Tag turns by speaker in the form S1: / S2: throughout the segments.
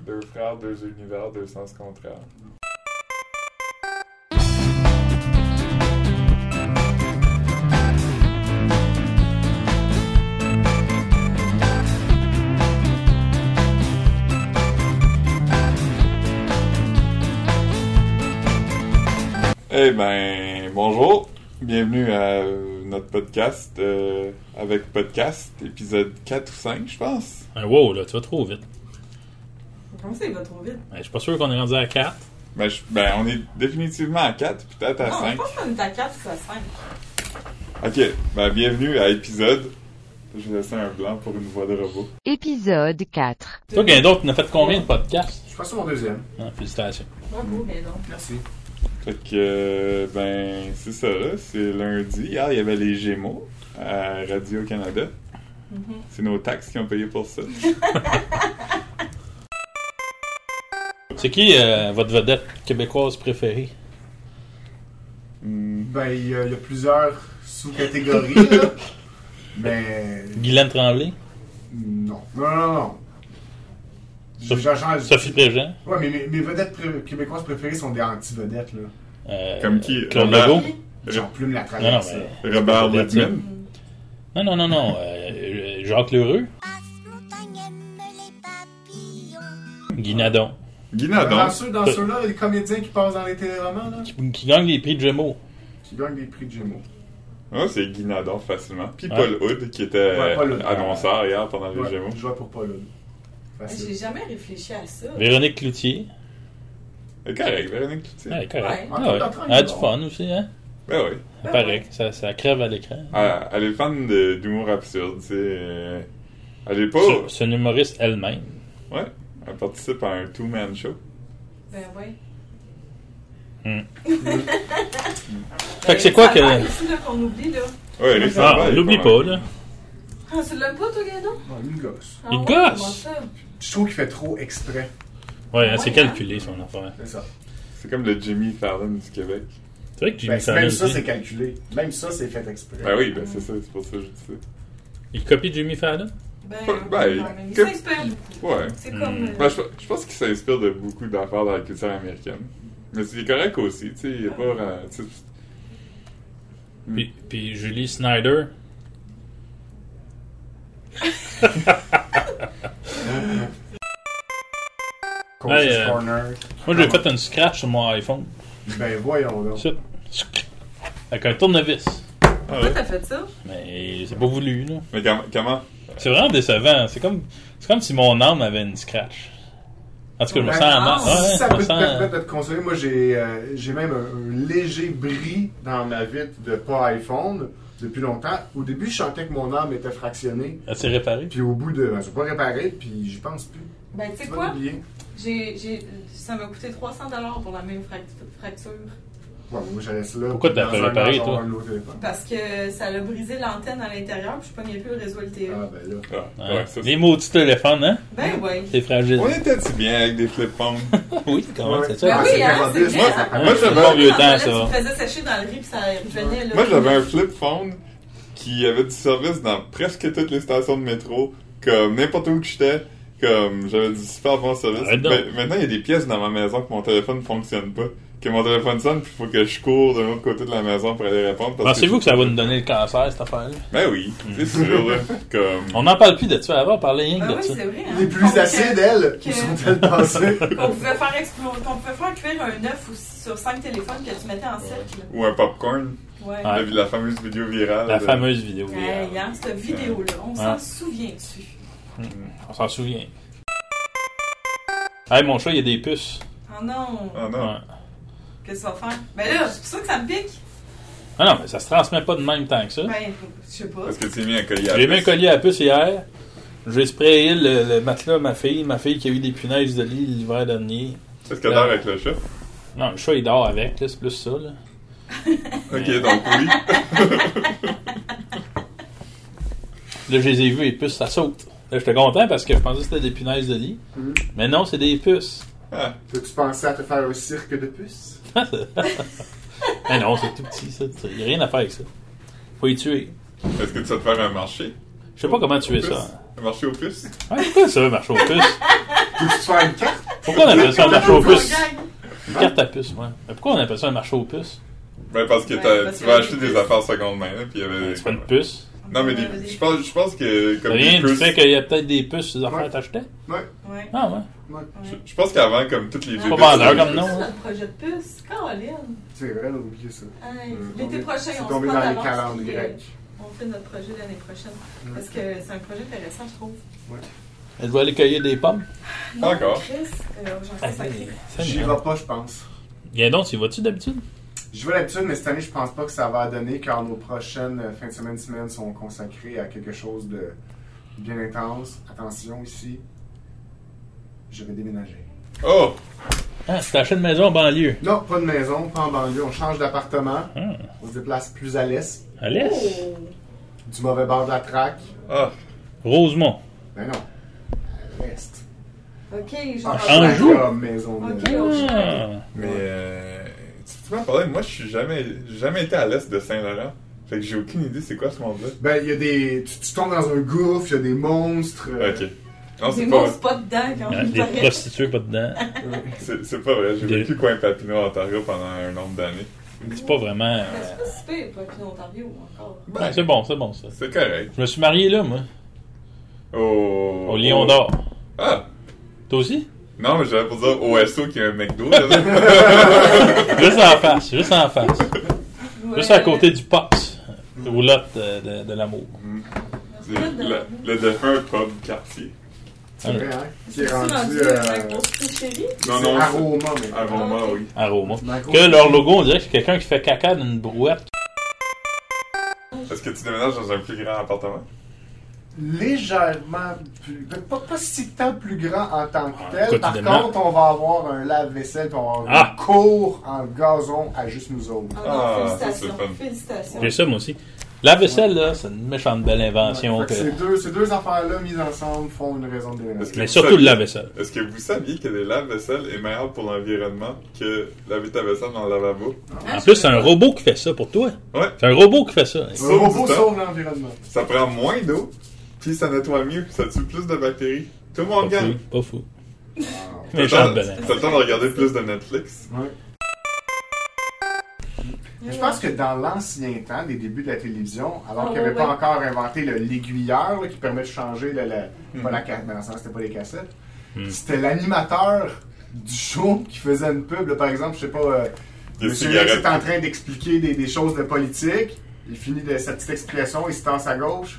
S1: Deux frères, deux univers, deux sens contraires. Eh ben, bonjour. Bienvenue à euh, notre podcast euh, avec podcast, épisode 4 ou 5, je pense.
S2: Un Ah, wow, là, tu vas trop vite.
S3: Comment ça, il va trop vite?
S2: Ben, je suis pas sûr qu'on est rendu à 4.
S1: Ben, je- ben, on est définitivement à 4, puis peut-être à
S3: non,
S1: 5.
S3: je pense qu'on est à 4 ou à 5.
S1: Ok, ben, bienvenue à épisode. Je vais laisser un blanc pour une voix de robot.
S4: Épisode 4.
S2: Toi, quelqu'un d'autre, tu as fait combien de podcasts?
S5: Je passe à mon deuxième.
S2: Ah, félicitations.
S3: Bravo, mais non.
S5: Merci.
S1: Fait que, euh, ben, c'est ça, là. C'est lundi. Hier, il y avait les Gémeaux à Radio-Canada.
S5: Mm-hmm.
S3: Mhm.
S1: C'est nos taxes qui ont payé pour ça.
S2: C'est qui euh, votre vedette québécoise préférée?
S1: Hmm.
S5: Ben, il y, a- il y a plusieurs sous-catégories, là. Mais.
S2: Guylaine Tremblay?
S5: Non. Non, non, non. Je-
S2: Sophie-
S5: j'en change-
S2: Sophie Préjean?
S5: Ouais, mais mes, mes vedettes pré- québécoises préférées sont des anti-vedettes, là.
S2: Euh,
S1: Comme qui?
S2: Claude
S1: Robert?
S2: Legault?
S5: Genre, plume la
S2: Non, non,
S5: traverse. là.
S2: mais-
S1: Robert Whitman.
S2: Non, non, non, non. euh, Jacques Lheureux?
S6: Basse montagne aime les papillons.
S2: Guy Nadon?
S5: Dans
S1: Guinadon.
S5: ceux- dans ceux-là, les comédiens qui passent dans les téléromans, là,
S2: Qui, qui gagne les prix de Gémeaux?
S5: qui gagnent des prix de Gémeaux.
S1: Ah, c'est Guinadon facilement. Puis
S2: Ouais.
S1: Paul Hood, qui était
S5: Ouais, Paul Hood.
S1: annonceur hier pendant les
S5: Ouais,
S1: Gémeaux.
S5: Je vois pour Paul Hood.
S3: J'ai
S5: Facile.
S3: jamais réfléchi à ça.
S2: Véronique Cloutier?
S1: C'est correct, Véronique Cloutier.
S2: Ah, elle est correct.
S3: Ouais.
S2: Ah, ouais.
S5: Encore,
S2: Elle a du
S5: encore.
S2: fun aussi, hein?
S1: Ben oui.
S3: Ouais.
S2: Pareil, ça, ça crève à l'écran.
S1: Ah, elle est fan de- d'humour absurde, tu sais. euh, Elle est pas.
S2: C'est c'est une humoriste elle-même.
S1: Ouais. Elle participe à un two-man show.
S3: Ben ouais.
S2: Hmm. Fait que c'est quoi que...
S3: Ah, C'est là qu'on oublie, là.
S1: Ouais, elle est sympa,
S2: Ah,
S1: elle est
S2: n'oublie
S1: mal.
S2: pas, là.
S3: Ah, tu l'aimes pas, toi, Gadon?
S5: Ouais, une gosse.
S3: Ah,
S2: Il
S3: ouais,
S2: gosse.
S3: comment ça?
S5: Je trouve qu'il fait trop exprès.
S2: Ouais, hein, c'est
S3: Ouais,
S2: calculé, son affaire.
S5: C'est ça.
S1: C'est comme le Jimmy Fallon du Québec.
S2: C'est vrai que Jimmy
S5: Ben,
S2: Fallon
S5: même ça,
S2: aussi.
S5: c'est calculé. Même ça, c'est fait exprès.
S1: Ben oui, ben c'est ça, c'est pour ça que je dis ça.
S2: Il copie Jimmy Fallon?
S3: Ben,
S1: Ben,
S3: non, mais il
S1: que-
S3: s'inspire beaucoup.
S1: Ouais.
S3: C'est
S2: Hmm.
S3: comme... euh,
S1: Ben, je, je pense qu'il s'inspire de beaucoup d'affaires dans la culture américaine. Mais c'est correct aussi, tu sais. Il est pas. euh, tu sais, Mm.
S2: Puis, puis Julie Snyder.
S5: Coach's
S2: Hey, euh,
S5: Corner.
S2: Moi, j'ai fait un scratch sur mon iPhone.
S5: Ben voyons donc.
S2: Ça. Avec un tournevis.
S1: ah
S3: Pourquoi
S1: ouais.
S3: t'as fait ça?
S2: Mais c'est pas voulu, là.
S1: Mais com- comment
S2: C'est vraiment décevant. C'est comme, c'est comme si mon âme avait une scratch. En tout cas, je me
S5: Ben,
S2: sens mal.
S3: ah,
S2: Ouais,
S5: si ça
S2: je me
S5: peut te
S2: sens-
S5: permettre de te consoler, moi j'ai euh, j'ai même un, un léger bris dans ma vie de pas iPhone depuis longtemps. Au début, je sentais que mon âme était fractionnée,
S2: Elle s'est réparée.
S5: puis au bout de. Ben, je pas réparé, puis j'y pense plus.
S3: Ben, tu sais
S5: Tu vas
S3: quoi?
S5: l'oublier.
S3: J'ai, j'ai, ça m'a coûté 300$ pour la même fract- fracture.
S5: Ouais, moi je reste là.
S2: Pourquoi t'as
S5: Dans
S2: pas
S5: un an,
S2: réparé,
S5: j'aurai
S2: toi?
S5: un nouveau téléphone.
S3: Parce que ça l'a brisé l'antenne à l'intérieur, puis je pognais plus le réseau LTE.
S5: Ah ben là.
S1: Ah,
S2: Ouais.
S1: ouais, ça,
S2: Les maudits téléphones,
S1: Ah.
S2: hein?
S3: Ben ouais.
S2: C'est fragile.
S1: On était-tu bien avec des flip phones?
S2: oui, comment
S5: Ouais.
S2: c'est
S3: Ben
S2: ça?
S3: oui,
S5: c'est
S3: hein,
S5: vraiment
S3: c'est
S5: bien,
S3: vrai.
S5: ça.
S2: Hein,
S1: Moi,
S2: c'est
S1: j'avais-
S2: bon vieux
S3: Ah,
S2: temps,
S3: là,
S2: ça.
S3: Tu faisais sécher dans le riz, puis ça revenait, là.
S1: Moi, j'avais un flip phone qui avait du service dans presque toutes les stations de métro, comme n'importe où que j'étais, comme j'avais du super bon service.
S2: Arrête donc.
S1: Mais- maintenant, il y a des pièces dans ma maison que mon téléphone fonctionne pas. Que mon téléphone sonne, puis il faut que je cours de l'autre côté de la maison pour aller répondre. parce
S2: Pensez-vous que ça va nous donner Mhm. le cancer, cette affaire-là?
S1: Ben oui, c'est sûr, là. Comme.
S2: On n'en parle plus de ça avant, on parlait rien
S3: Ben
S2: que de
S3: oui,
S2: ça.
S3: c'est vrai. hein.
S5: Les
S3: Donc,
S5: plus acides, elles,
S3: que-
S5: qui sont-elles passées?
S3: euh, Qu'on pouvait faire exploser, qu'on pouvait faire cuire un œuf aussi sur cinq téléphones que tu mettais en cercle.
S1: Ou un popcorn.
S3: Ouais.
S2: Ouais.
S1: La, la fameuse vidéo virale. euh,
S2: La
S1: de-
S2: fameuse vidéo. Euh,
S3: Hey,
S2: hier.
S3: hein, cette vidéo-là, on s'en
S2: Ah.
S3: souvient dessus.
S2: On s'en souvient. Hey, mon chat, il y a des puces.
S3: Ah non,
S1: Ah non.
S2: Ouais.
S3: qu'est-ce que tu vas faire? Ben là, c'est pour ça que ça me pique.
S2: Ah non, mais ça se transmet pas de même temps que ça.
S3: Ben, je sais pas.
S1: Parce que tu as mis un collier à
S2: J'ai mis
S1: puce.
S2: un collier à la puce hier. J'ai sprayé le, le matelas à ma fille. Ma fille qui a eu des punaises de lit l'hiver dernier.
S1: Est-ce que t'as avec le chat?
S2: Non, le chat, il dort avec, là, c'est plus ça. Là.
S1: Ok, donc oui.
S2: là, je les ai vus, les puces, ça saute. Là, j'étais content parce que je pensais que c'était des punaises de lit.
S5: Mhm.
S2: Mais non, c'est des puces.
S1: Ah,
S5: T'as-tu pensé à te faire un cirque de puces?
S2: Mais non, c'est tout petit, ça. Il n'y a rien à faire avec ça. Faut les tuer.
S1: Est-ce que tu vas te faire un marché?
S2: Je sais pas comment tuer
S1: Puce?
S2: ça.
S1: Un marché aux puces?
S2: Ouais, pourquoi ça, marche aux puces?
S5: Peux-tu te faire une carte?
S2: Pourquoi on appelle ça un marché aux puces?
S3: Gang.
S2: Une carte à puce, ouais. Mais pourquoi on appelle ça un marché aux puces?
S1: Ben, parce que
S3: Ouais,
S1: t'as-
S3: parce
S1: tu
S3: que-
S1: vas acheter des affaires seconde main, là, puis il y avait.
S2: C'est pas une puce.
S1: Non, mais
S3: Ouais,
S1: Euh, des, je, pense, je pense que. Comme
S2: Rien
S1: des
S2: du
S1: puces-
S2: fait qu'il y a peut-être des puces, ces affaires
S5: Ouais.
S2: que t'achetais.
S3: Ouais.
S2: Ah ouais.
S1: je, je pense qu'avant, comme toutes les
S3: C'est
S1: vieilles
S2: pas
S1: puces,
S2: vendeur
S1: c'était-
S2: comme nom.
S3: C'est
S2: hein.
S3: notre projet de puce. Caroline.
S5: C'est vrai, on a oublié ça.
S3: Hey,
S5: Euh,
S3: L'été
S5: tombé-
S3: prochain,
S5: c'est
S3: on se prend
S5: tombé dans les
S3: d'avance,
S5: calendes
S3: puis, euh,
S5: grecques.
S3: On fait notre projet l'année prochaine.
S5: Ouais.
S3: Parce que c'est un projet intéressant, je trouve.
S2: Elle doit aller cueillir des pommes.
S1: Pas encore.
S3: Chris, euh, j'en
S2: Ah,
S3: sais pas.
S5: Ah, J'y
S2: Viens
S5: vais pas, je pense.
S2: donc, tu y vas-tu d'habitude?
S5: Je vais l'habitude, mais cette année, je pense pas que ça va donner car nos prochaines euh, fins de semaine, semaines sont consacrées à quelque chose de bien intense. Attention ici, je vais déménager.
S1: Oh!
S2: Ah, tu t'achètes une maison en banlieue.
S5: Non, pas de maison, pas en banlieue. On change d'appartement.
S2: Ah,
S5: On se déplace plus à l'est,
S2: à l'est?
S3: Oh!
S5: du mauvais bord de la traque.
S1: Ah!
S2: Rosemont.
S5: Ben non, à l'est.
S3: Ok, j'en
S5: En
S3: parle.
S2: Anjou?
S5: maison de-
S3: Ok.
S2: Ah.
S1: Mais. euh, tu peux m'en parler? Moi, je suis jamais, j'ai jamais été à l'est de Saint-Laurent. Fait que j'ai aucune idée c'est quoi ce monde-là.
S5: Ben, il y a des. Tu, tu tombes dans un gouffre, il y a des monstres. euh,
S1: Ok. Non,
S3: Des
S1: c'est
S3: mots,
S1: pas,
S3: c'est pas dedans quand
S2: Ah,
S3: on
S2: Des
S3: paraît.
S2: prostituées pas dedans.
S1: c'est, c'est pas vrai. J'ai
S2: Des-
S1: vécu coin Papineau, Ontario pendant un nombre d'années.
S2: C'est pas vraiment.
S3: Mais C'est
S2: euh,
S3: pas si pire pour être en Ontario encore.
S1: Ben,
S2: C'est bon, c'est bon ça.
S1: c'est correct.
S2: Je me suis marié là, moi.
S1: Au.
S2: Au Lion d'Or.
S1: Ah!
S2: Toi aussi?
S1: Non, mais j'allais pour dire au SO qui est un McDo. là.
S2: Juste en face, juste en face. Juste
S3: Ouais.
S2: à côté du Pops. Roulotte euh, de, de l'amour.
S1: C'est le, le défunt pub quartier.
S5: C'est vrai, hein? Qui
S3: C'est
S5: est rendu.
S3: rendu
S5: euh,
S3: la grosse pizzerie.
S1: Non, non,
S5: c'est
S1: c'est
S5: Aroma, mais.
S1: Aroma, oui.
S2: Aroma.
S5: Ma grosse-
S2: Que leur logo, on dirait que c'est quelqu'un qui fait caca d'une brouette.
S1: Est-ce que tu déménages dans un plus grand appartement?
S5: légèrement plus. ben, Pas, pas si tant plus grand en tant que tel.
S2: écoute,
S5: Par
S2: évidemment.
S5: contre, on va avoir un lave-vaisselle, puis on va avoir
S2: Ah!
S5: une cour en gazon à juste nous autres.
S3: Ah, non,
S1: Ah, ça, c'est le
S3: félicitations.
S1: fun.
S3: Félicitations.
S2: J'ai ça, moi aussi. La vaisselle, là, c'est une méchante belle invention.
S5: Fait que
S2: que-
S5: ces, deux, ces deux affaires-là mises ensemble font une raison de
S1: Parce
S5: déménager.
S1: que-
S2: Mais surtout le lave-vaisselle.
S1: Est-ce que vous saviez que les lave-vaisselle est meilleur pour l'environnement que laver ta vaisselle dans le lavabo?
S3: Ah,
S2: En plus, c'est un robot qui fait ça pour toi.
S1: Ouais.
S2: C'est un robot qui fait ça.
S5: Le
S1: Sauve
S5: robot
S1: du temps.
S5: sauve l'environnement.
S1: Ça prend moins d'eau, puis ça nettoie mieux, ça tue plus de bactéries. Tout le monde
S2: Pas fou,
S1: gagne.
S2: pas fou.
S1: T'as le
S2: Méchante
S1: temps-
S2: belle
S1: t'as le temps de regarder plus de Netflix.
S5: Ouais. Mais Je pense que dans l'ancien temps, les débuts de la télévision,
S3: Ah,
S5: alors qu'ils n'avaient
S3: ouais,
S5: pas
S3: ouais.
S5: encore inventé le- l'aiguilleur là, qui permet de changer le, le- pas la cassette, mais dans ce sens, c'était pas les cassettes,
S2: Hmm.
S5: c'était l'animateur du show qui faisait une pub. là, par exemple, je sais pas, euh,
S1: Des
S5: Monsieur X
S1: cigarettes.
S5: est en train d'expliquer des, des choses de politique, il finit de sa petite explication, il se tasse à gauche.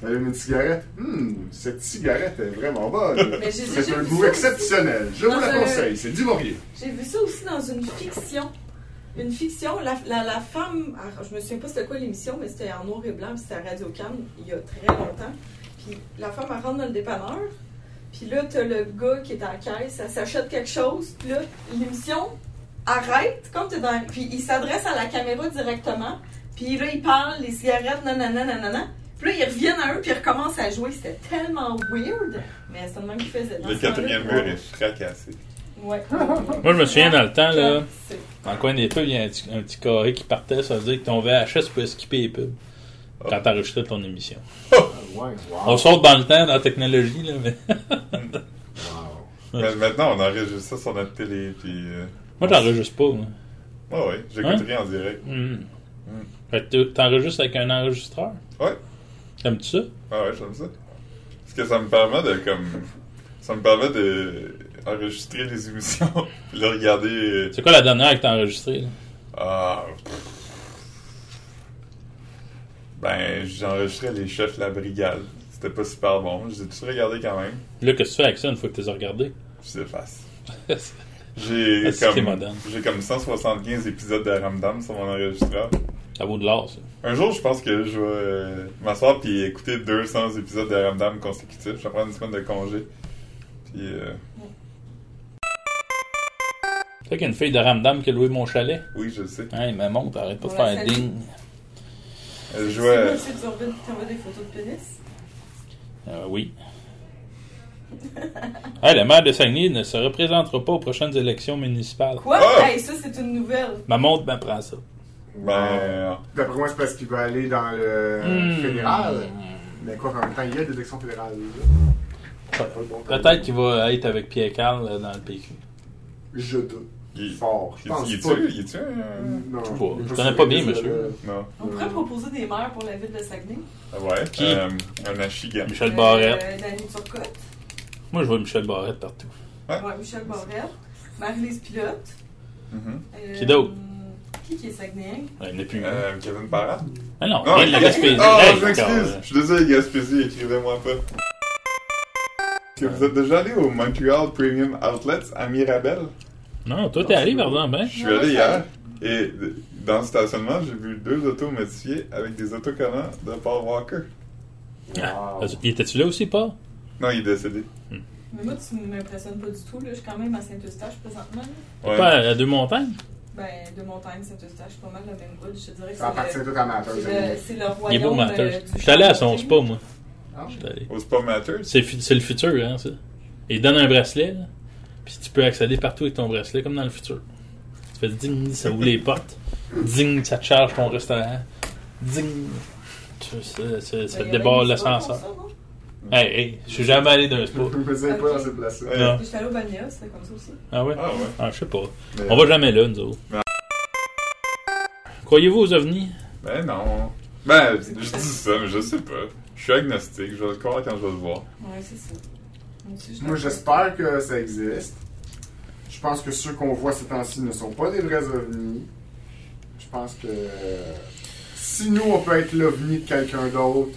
S5: Il allume une cigarette. Hmm, cette cigarette est vraiment bonne.
S3: Mais j'ai
S5: C'est
S3: déjà
S5: un
S3: vu
S5: goût
S3: ça
S5: exceptionnel. Je vous
S3: Dans
S5: la
S3: un-
S5: conseille. C'est du Laurier.
S3: J'ai vu ça aussi dans une fiction. Une fiction, la, la, la femme, ah, je me souviens pas c'était quoi l'émission, mais c'était en noir et blanc, puis c'était à Radio Cam il y a très longtemps. Puis la femme, elle rentre dans le dépanneur, puis là, t'as le gars qui est en caisse, elle s'achète quelque chose, puis là, l'émission arrête, comme t'es dans. Puis il s'adresse à la caméra directement, puis là, il parle, les cigarettes, nanana, nanana. Puis là, ils reviennent à eux, puis ils recommencent à jouer. C'était tellement weird, mais c'est le même qu'ils faisaient. dans
S1: Le
S3: ce temps-là.
S1: quatrième mur est fracassé.
S3: Ouais.
S2: Moi, je me souviens dans le temps, Hein, là,
S3: C'est-
S2: dans le coin des pubs, il y a un petit, un petit carré qui partait. Ça veut dire que ton VHS tu pouvais skipper les pubs quand t'enregistrais ton émission.
S5: Ouais,
S2: On saute dans le temps, dans la technologie, là, mais.
S1: Mais maintenant, on enregistre ça sur notre télé, puis... euh,
S2: Moi, j'enregistre pas. moi.
S1: Ouais, ouais, j'écoute
S2: Hein?
S1: rien en direct.
S2: Hmm. Fait que tu- t'enregistres avec un enregistreur?
S1: Ouais.
S2: T'aimes-tu ça?
S1: Ah ouais, j'aime ça. Parce que ça me permet de comme. Ça me permet de enregistrer les émissions, puis de regarder. euh,
S2: C'est quoi la dernière que t'as enregistrée? là?
S1: Ah. pff. Ben, j'enregistrais les chefs La Brigade. C'était pas super bon. Je les ai tous regardés quand même.
S2: Là, qu'est-ce que tu fais avec ça une fois que tu les as regardés?
S1: Je les efface.
S2: Est-ce
S1: J'ai
S2: Ah, c'est qui est
S1: comme,
S2: moderne.
S1: j'ai comme 175 épisodes de Ramdam sur mon enregistreur.
S2: Ça vaut de l'or, ça.
S1: Un jour, je pense que je vais euh, m'asseoir puis écouter 200 épisodes de Ramdam consécutifs. Je vais prendre une semaine de congé. Puis, euh,
S2: Tu sais qu'il y a une fille de Ramdam qui a loué mon chalet? Hein,
S1: oui, je le sais. Euh,
S2: Hey, maman, t'arrêtes pas de
S3: Ouais,
S2: faire un
S3: salut.
S2: ding.
S1: Elle
S3: C'est
S1: jouait.
S3: beau, c'est que tu envoies- t'envoies des photos de pénis.
S2: Euh, oui. hey, la maire de Saguenay ne se représentera pas aux prochaines élections municipales.
S3: Quoi?
S1: Ah!
S3: Hey, ça, c'est une nouvelle.
S2: Ma montre m'apprend ça.
S1: Ben,
S5: D'après moi, c'est parce qu'il va aller dans le
S2: Hmm.
S1: Euh,
S5: fédéral. Mais quoi, en même temps, il y a des élections fédérales. là. pas le bon timing.
S2: Peut-être qu'il va être avec Pierre Carl euh, dans le PQ.
S5: Je doute.
S1: Il-
S5: Fort. Je
S1: Il
S5: pense
S1: il
S5: pas.
S1: est-tu? Il est-tu? un-
S5: Non.
S2: Je sais pas. Je
S5: sais
S2: connais pas bien,
S5: si
S2: monsieur.
S5: le-
S1: Non.
S3: On pourrait proposer des maires pour la ville de Saguenay.
S1: Ah Ouais.
S2: Qui?
S1: Euh, un Ashigami.
S2: Michel Barrette.
S3: Euh, Dany Turcotte.
S2: Moi, je vois Michel Barrette partout.
S1: Ouais.
S3: Ouais, Michel Barrette. Marie-Lise Pilote.
S1: Mhm.
S3: Euh,
S2: Qui d'autre?
S3: Qui qui est Saguenay?
S2: Ouais, il n'est plus.
S1: Euh, Kevin Parra?
S2: Ah non,
S1: Non,
S2: il est de la
S1: il-
S2: Gaspésie.
S1: Ah,
S2: Hey,
S1: je m'excuse.
S2: encore,
S1: Je suis désolé, Gaspésie, écrivez-moi pas. Est-ce que vous êtes déjà allé au Montreal Premium Outlets à Mirabel?
S2: Non, toi, t'es allé, par exemple, hein?
S1: Je suis allé hier et dans le stationnement, j'ai vu deux autos modifiées avec des autocollants de Paul Walker.
S5: Wow.
S2: Ah, Il était-tu là aussi, pas?
S1: Non, il est décédé.
S3: Mais moi, tu ne m'impressionnes pas du tout. Là. Je suis quand même à Saint-Eustache présentement. là.
S1: Ouais.
S2: Pas à, à Deux-Montagnes?
S3: Ben, de montagne, Saint-Eustache, pas mal la même route. Je te dirais que
S5: Ça appartient
S3: c'est
S5: tout
S3: le,
S5: à Matters.
S3: c'est le, c'est le royaume.
S2: Il est beau,
S3: euh,
S2: Matters.
S3: du
S2: Je suis allé à son
S3: champagne.
S2: spa, moi.
S5: Ah,
S2: Je suis allé.
S1: Au Spa Matters?
S2: C'est fu- c'est le futur, hein, ça. Il donne un bracelet, là. Puis tu peux accéder partout avec ton bracelet, comme dans le futur. Tu fais ding, ça ouvre les portes. Ding, ça te charge ton restaurant. Ding, tu- ça, ça,
S3: Ben,
S2: ça
S3: il y
S2: débarre
S3: avait une histoire pour
S2: l'ascenseur.
S3: ça, non?
S2: Hey, hey, je suis jamais allé d'un spa.
S5: Je me faisais pas dans cette place-là.
S1: Ouais.
S2: Non.
S3: Je suis allé au Balnéa, c'était comme ça aussi.
S2: Ah ouais?
S1: Ah ouais.
S2: Ah, je sais pas.
S1: Mais-
S2: On va jamais là, nous autres.
S1: Mais-
S2: Croyez-vous aux ovnis?
S1: Ben non. Ben, je dis ça, mais je sais pas. Je suis agnostique, je vais le croire quand je vais le voir.
S3: Ouais, c'est ça. Moi aussi, je
S5: Moi,
S3: l'ai-
S5: j'espère que ça existe. Je pense que ceux qu'on voit ces temps-ci ne sont pas des vrais ovnis. Je pense que euh, si nous, on peut être l'ovni de quelqu'un d'autre,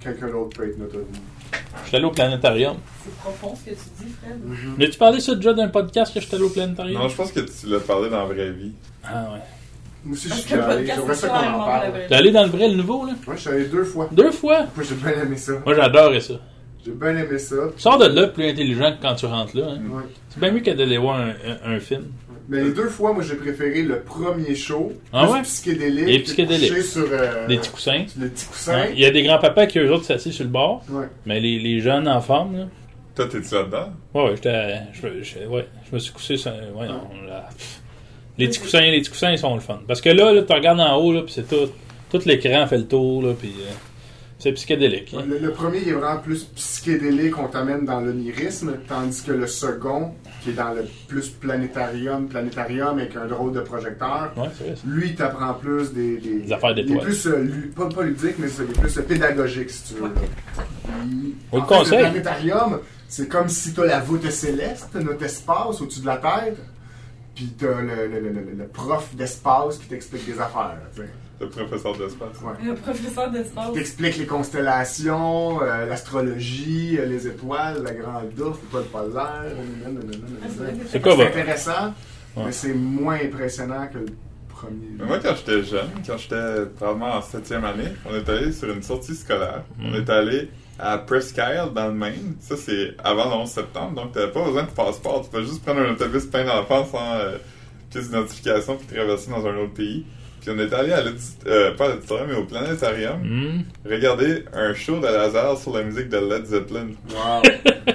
S5: quelqu'un d'autre peut être notre ovni.
S2: Je suis allé au planétarium.
S1: Hmm.
S3: C'est profond ce que tu dis, Fred.
S2: N'as-tu parlé ça déjà d'un podcast que je suis allé au planétarium?
S1: Non, je pense que tu l'as parlé dans la vraie vie.
S2: Ah ouais.
S5: Moi aussi, je
S3: Parce
S5: suis
S3: que le
S5: allé.
S3: podcast,
S5: J'aimerais
S3: c'est
S5: ça qu'on en
S3: clairement
S5: parle.
S3: la vraie
S2: T'es allé dans le vrai, le nouveau, là?
S5: Moi, je suis allé deux fois.
S2: Deux fois?
S5: Moi, j'ai bien aimé ça.
S2: Moi, j'adorais ça.
S5: J'ai bien aimé ça.
S2: Tu sors de là plus intelligent que quand tu rentres là. hein.
S5: Ouais.
S2: C'est bien mieux que d'aller voir un, un- un film.
S5: Mais les deux fois, moi, j'ai préféré le premier show.
S2: Ah
S5: plus
S2: ouais?
S5: psychédélique.
S2: Et psychédélique.
S5: couché sur euh,
S2: Des petits coussins.
S5: le petit coussin.
S2: Hein? Il y a des grands-papas qui, eux autres, s'assient sur le bord.
S5: Ouais.
S2: Mais les, les jeunes en forme, là...
S1: Toi, t'es-tu là-dedans?
S2: Ouais, ouais, j'étais... à- Je, je- ouais, je me suis couché sur... ouais, non, là. Les petits
S3: Oui.
S2: coussins, les petits coussins, ils sont le fun. Parce que là, là tu regardes en haut, là, puis c'est tout... Tout l'écran fait le tour, là, puis... euh, c'est psychédélique. hein.
S5: Le, le premier il est vraiment plus psychédélique, on t'amène dans l'onirisme, tandis que le second, qui est dans le plus planétarium, planétarium avec un drôle de projecteur,
S2: Ouais, c'est vrai, ça.
S5: lui, il t'apprend plus des, des,
S2: Des affaires d'étoiles.
S5: il est plus, euh, lu- pas, pas ludique, mais c'est plus euh, pédagogique, si tu veux. là. Il-
S2: Autre
S5: en fait,
S2: conseil.
S5: Le planétarium, c'est comme si t'as la voûte céleste, notre espace au-dessus de la Terre, puis t'as le, le, le, le- le prof d'espace qui t'explique des affaires. tu sais.
S1: Le professeur d'espace.
S5: Ouais.
S3: Le professeur d'espace.
S5: T'expliques les constellations, euh, l'astrologie, euh, les étoiles, la grande douf, l'étoile polaire. nanana,
S3: Ah,
S5: nanana.
S2: C'est quoi,
S5: C'est
S2: va?
S5: intéressant,
S2: Ouais. Ah
S5: mais c'est moins impressionnant que le premier.
S1: Mais moi, quand j'étais jeune, quand j'étais probablement en septième année, on est allé sur une sortie scolaire. On est allé à Presque Isle, dans le Maine. Ça, c'est avant le 11 septembre, donc t'avais pas besoin de passeport. Tu peux juste prendre un autobus plein d'enfants sans euh, pièce d'identification puis traverser dans un autre pays. Puis on est allé à l'audit- euh, pas à l'auditorium, mais au planétarium,
S2: Hmm.
S1: regarder un show de Lazare sur la musique de Led Zeppelin.
S5: Wow.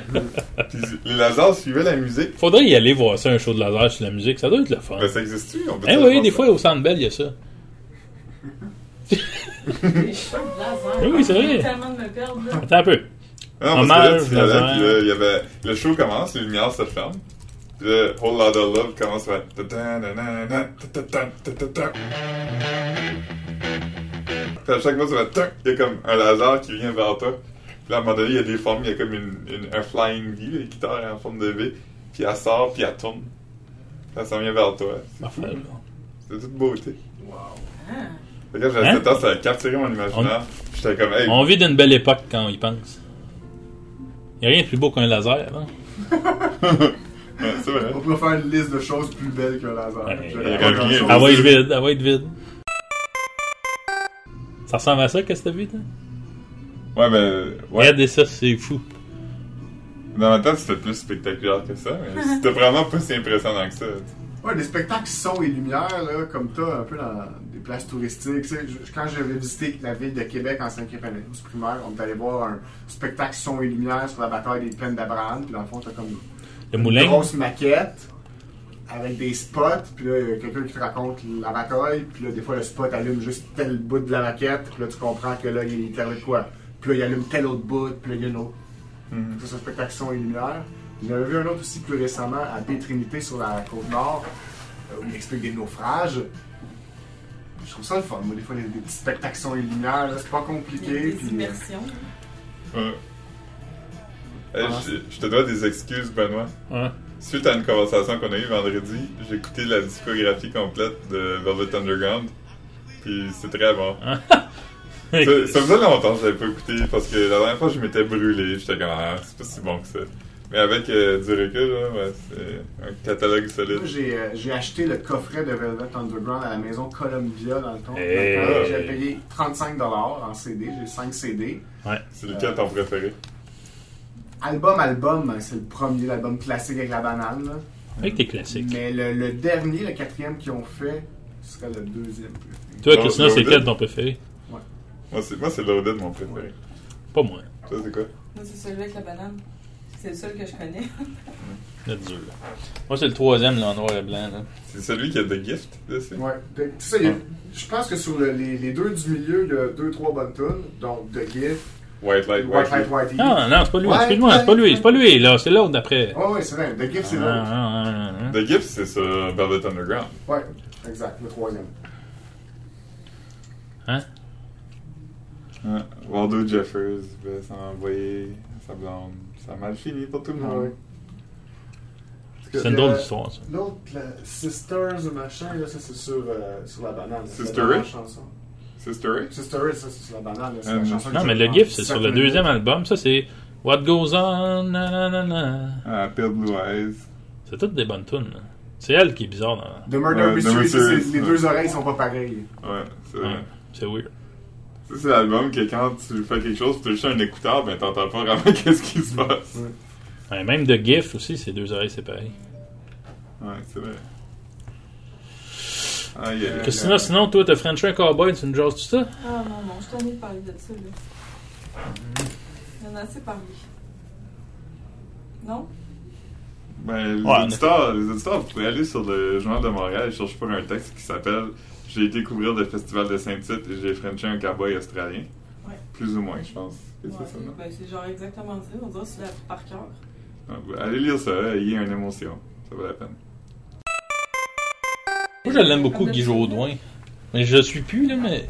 S1: Puis les Lazare suivaient la musique.
S2: Faudrait y aller voir ça, un show de laser sur la musique. Ça doit être le fun.
S1: Ben, ça existe-tu? On peut
S2: Eh
S1: se
S2: oui,
S1: faire
S2: des
S1: ça.
S2: fois, au Centre Bell, il y a ça.
S3: Les cheveux de laser.
S2: Oui, oui, c'est vrai.
S3: J'ai tellement de me perdre, là.
S2: Attends un peu.
S1: Non,
S2: Hommage,
S1: parce que là, tu
S2: Lazare.
S1: viens là, puis là, il y avait... Le show commence, les lumières se ferment. Puis le Whole Lotta Love commence par... ta-ta-na-na-na, ta-ta-ta, ta-ta-ta. Puis à chaque fois, tu vas... tac, Il y a comme un laser qui vient vers toi. Puis là, à un moment donné, il y a des formes, il y a comme une, une- un flying V, une guitare en forme de V. Puis elle sort, puis elle tourne. Puis elle s'en vient vers toi.
S2: Parfait, là.
S1: C'est toute beauté.
S3: Ah.
S1: Fait que là, j'avais
S2: Hein?
S1: cette tendance à capturer mon imaginaire. J'étais comme, hey,
S2: On vit d'une belle époque quand on y pense. Il n'y a rien de plus beau qu'un laser. Hein?
S1: ouais, c'est vrai.
S5: On pourrait faire une liste de choses plus belles qu'un laser.
S2: Ah Ouais.
S5: J'aurais
S1: Ouais.
S5: pas grand-chose.
S1: Ouais.
S2: Elle va être vide, elle va être vide. Ça ressemble à ça, qu'est-ce que t'as vu, toi?
S1: Ouais, mais... Ouais.
S2: Regardez ça, c'est fou.
S1: Dans ma tête, c'était plus spectaculaire que ça, mais c'était vraiment pas si impressionnant que ça.
S5: Ouais, des spectacles son et lumière, là, comme toi, un peu dans des places touristiques. Tu sais, je- quand j'avais visité la ville de Québec en cinquième année du primaire, on est allé voir un spectacle son et lumière sur la bataille des plaines d'Abraham. Puis dans le fond, t'as comme
S2: Le
S5: une
S2: moulin,
S5: grosse maquette avec des spots. Puis là, il y a quelqu'un qui te raconte la bataille. Puis là, des fois, le spot allume juste tel bout de la maquette. Puis là, tu comprends que là, il est de quoi. Puis là, il allume tel autre bout. Puis là, il y a une autre
S1: Mhm.
S5: que ce spectacle Son et Lumière. J'avais vu un autre aussi plus récemment à Bétrinité sur la côte nord, euh, où il explique des naufrages. Je trouve ça le fun, moi, des fois, les, des petits spectacles Son et Lumière, là, c'est pas compliqué.
S3: Des
S5: puis- euh,
S3: immersions.
S1: Ouais. Eh, je- je te dois des excuses, Benoît.
S2: Ouais.
S1: Suite à une conversation qu'on a eue vendredi, j'ai écouté la discographie complète de Velvet Underground. Puis c'est très bon. Ça, ça faisait longtemps que j'avais pas écouté parce que la dernière fois je m'étais brûlé. J'étais comme ah, c'est pas si bon que ça. Mais avec euh, du recul, là, ben, c'est un catalogue solide.
S5: Moi, j'ai, euh, j'ai acheté le coffret de Velvet Underground à la maison Columbia dans le temps.
S2: Hey.
S5: Dans le temps, J'ai payé 35$ en CD, j'ai 5 CD.
S1: C'est lequel ton préféré
S5: Album, album, c'est le premier, l'album classique avec la banane. là.
S2: Avec tes classiques.
S5: Mais le, le dernier, le quatrième qu'ils ont fait, ce serait le deuxième.
S2: Toi,
S1: Non,
S2: Christina, c'est
S1: Loaded.
S2: lequel ton préféré
S1: Moi c'est moi c'est Loaded mon préféré.
S2: Pas moi.
S1: Toi c'est quoi
S3: Moi, c'est celui avec la banane. C'est le seul que je connais.
S2: Le dur. là. Moi, c'est le troisième, là, en noir et blanc. Là.
S1: C'est celui qui a The Gift dessus.
S5: Ouais. Ben, tu sais, il y a- je pense que sur le- les, les deux du milieu, il y a deux, trois bonnes tunes. Donc The Gift,
S1: White Light,
S5: White
S1: White
S5: Light,
S1: Light.
S5: White Heat.
S2: Ah, non, c'est pas lui.
S5: Ouais,
S2: Excuse-moi, c'est pas lui. C'est pas lui, là. C'est l'autre d'après.
S5: Ouais, ouais, c'est vrai. The Gift, c'est
S2: Ah,
S5: l'autre.
S2: ah, ah, ah.
S1: The Gift c'est sur Velvet Underground.
S5: Ouais, exact, le troisième.
S1: Ouais. Waldo Jeffers ben, va s'en envoyer sa blonde. Ça a mal fini pour tout le monde.
S5: Ouais.
S2: Ah, C'est une
S5: Euh,
S2: drôle d'histoire, ça.
S5: L'autre, la Sisters ou machin, là, ça c'est sur, euh, sur la banane. C'est
S1: Sister
S5: la
S1: Rich?
S5: chanson.
S1: Sister Rich?
S5: Sisters, ça c'est sur la banane. là, C'est
S1: Euh,
S5: la chanson
S2: Non,
S5: que
S2: mais
S5: j'ai
S2: le GIF, c'est
S5: en
S2: sur
S5: cinq
S2: le
S5: minutes.
S2: deuxième album. Ça, c'est What Goes On. nanana.
S1: Ah, Pale Blue Eyes.
S2: C'est toutes des bonnes tunes. là. C'est elle qui est bizarre. dans-
S5: The Murder
S1: Ouais, The
S5: Mystery, c'est-
S1: Mystery,
S5: les
S1: ouais.
S5: deux oreilles sont pas pareilles.
S1: Ouais, c'est
S2: Ouais, C'est weird.
S1: Ça, c'est l'album que quand tu fais quelque chose, tu as juste un écouteur, ben t'entends pas vraiment qu'est-ce qui se passe.
S5: Ouais.
S2: Ouais, même de GIF aussi, c'est deux oreilles séparées.
S1: Ouais, c'est vrai. Ah, il y a-
S2: Christina, sinon, toi, t'as French un cowboy, tu nous jases tout ça?
S3: Ah non, non, je t'en ai parlé de ça, là. On en a assez parlé. Non?
S1: Ben, les,
S2: Ouais,
S1: auditeurs, les auditeurs, vous pouvez aller sur le Journal de Montréal et chercher pour un texte qui s'appelle J'ai été couvrir le festival de Saint-Tite et j'ai frenché un cowboy australien.
S3: Ouais.
S1: Plus ou moins, je pense. que
S3: Ouais,
S1: c'est ça, non?
S3: ben, c'est genre exactement ça. On dirait que c'est la- par cœur.
S1: Ah, ben, Allez lire ça, ayez une émotion. Ça vaut la peine.
S2: Moi, je l'aime beaucoup, Guy Jodoin. Mais je le suis plus, là, mais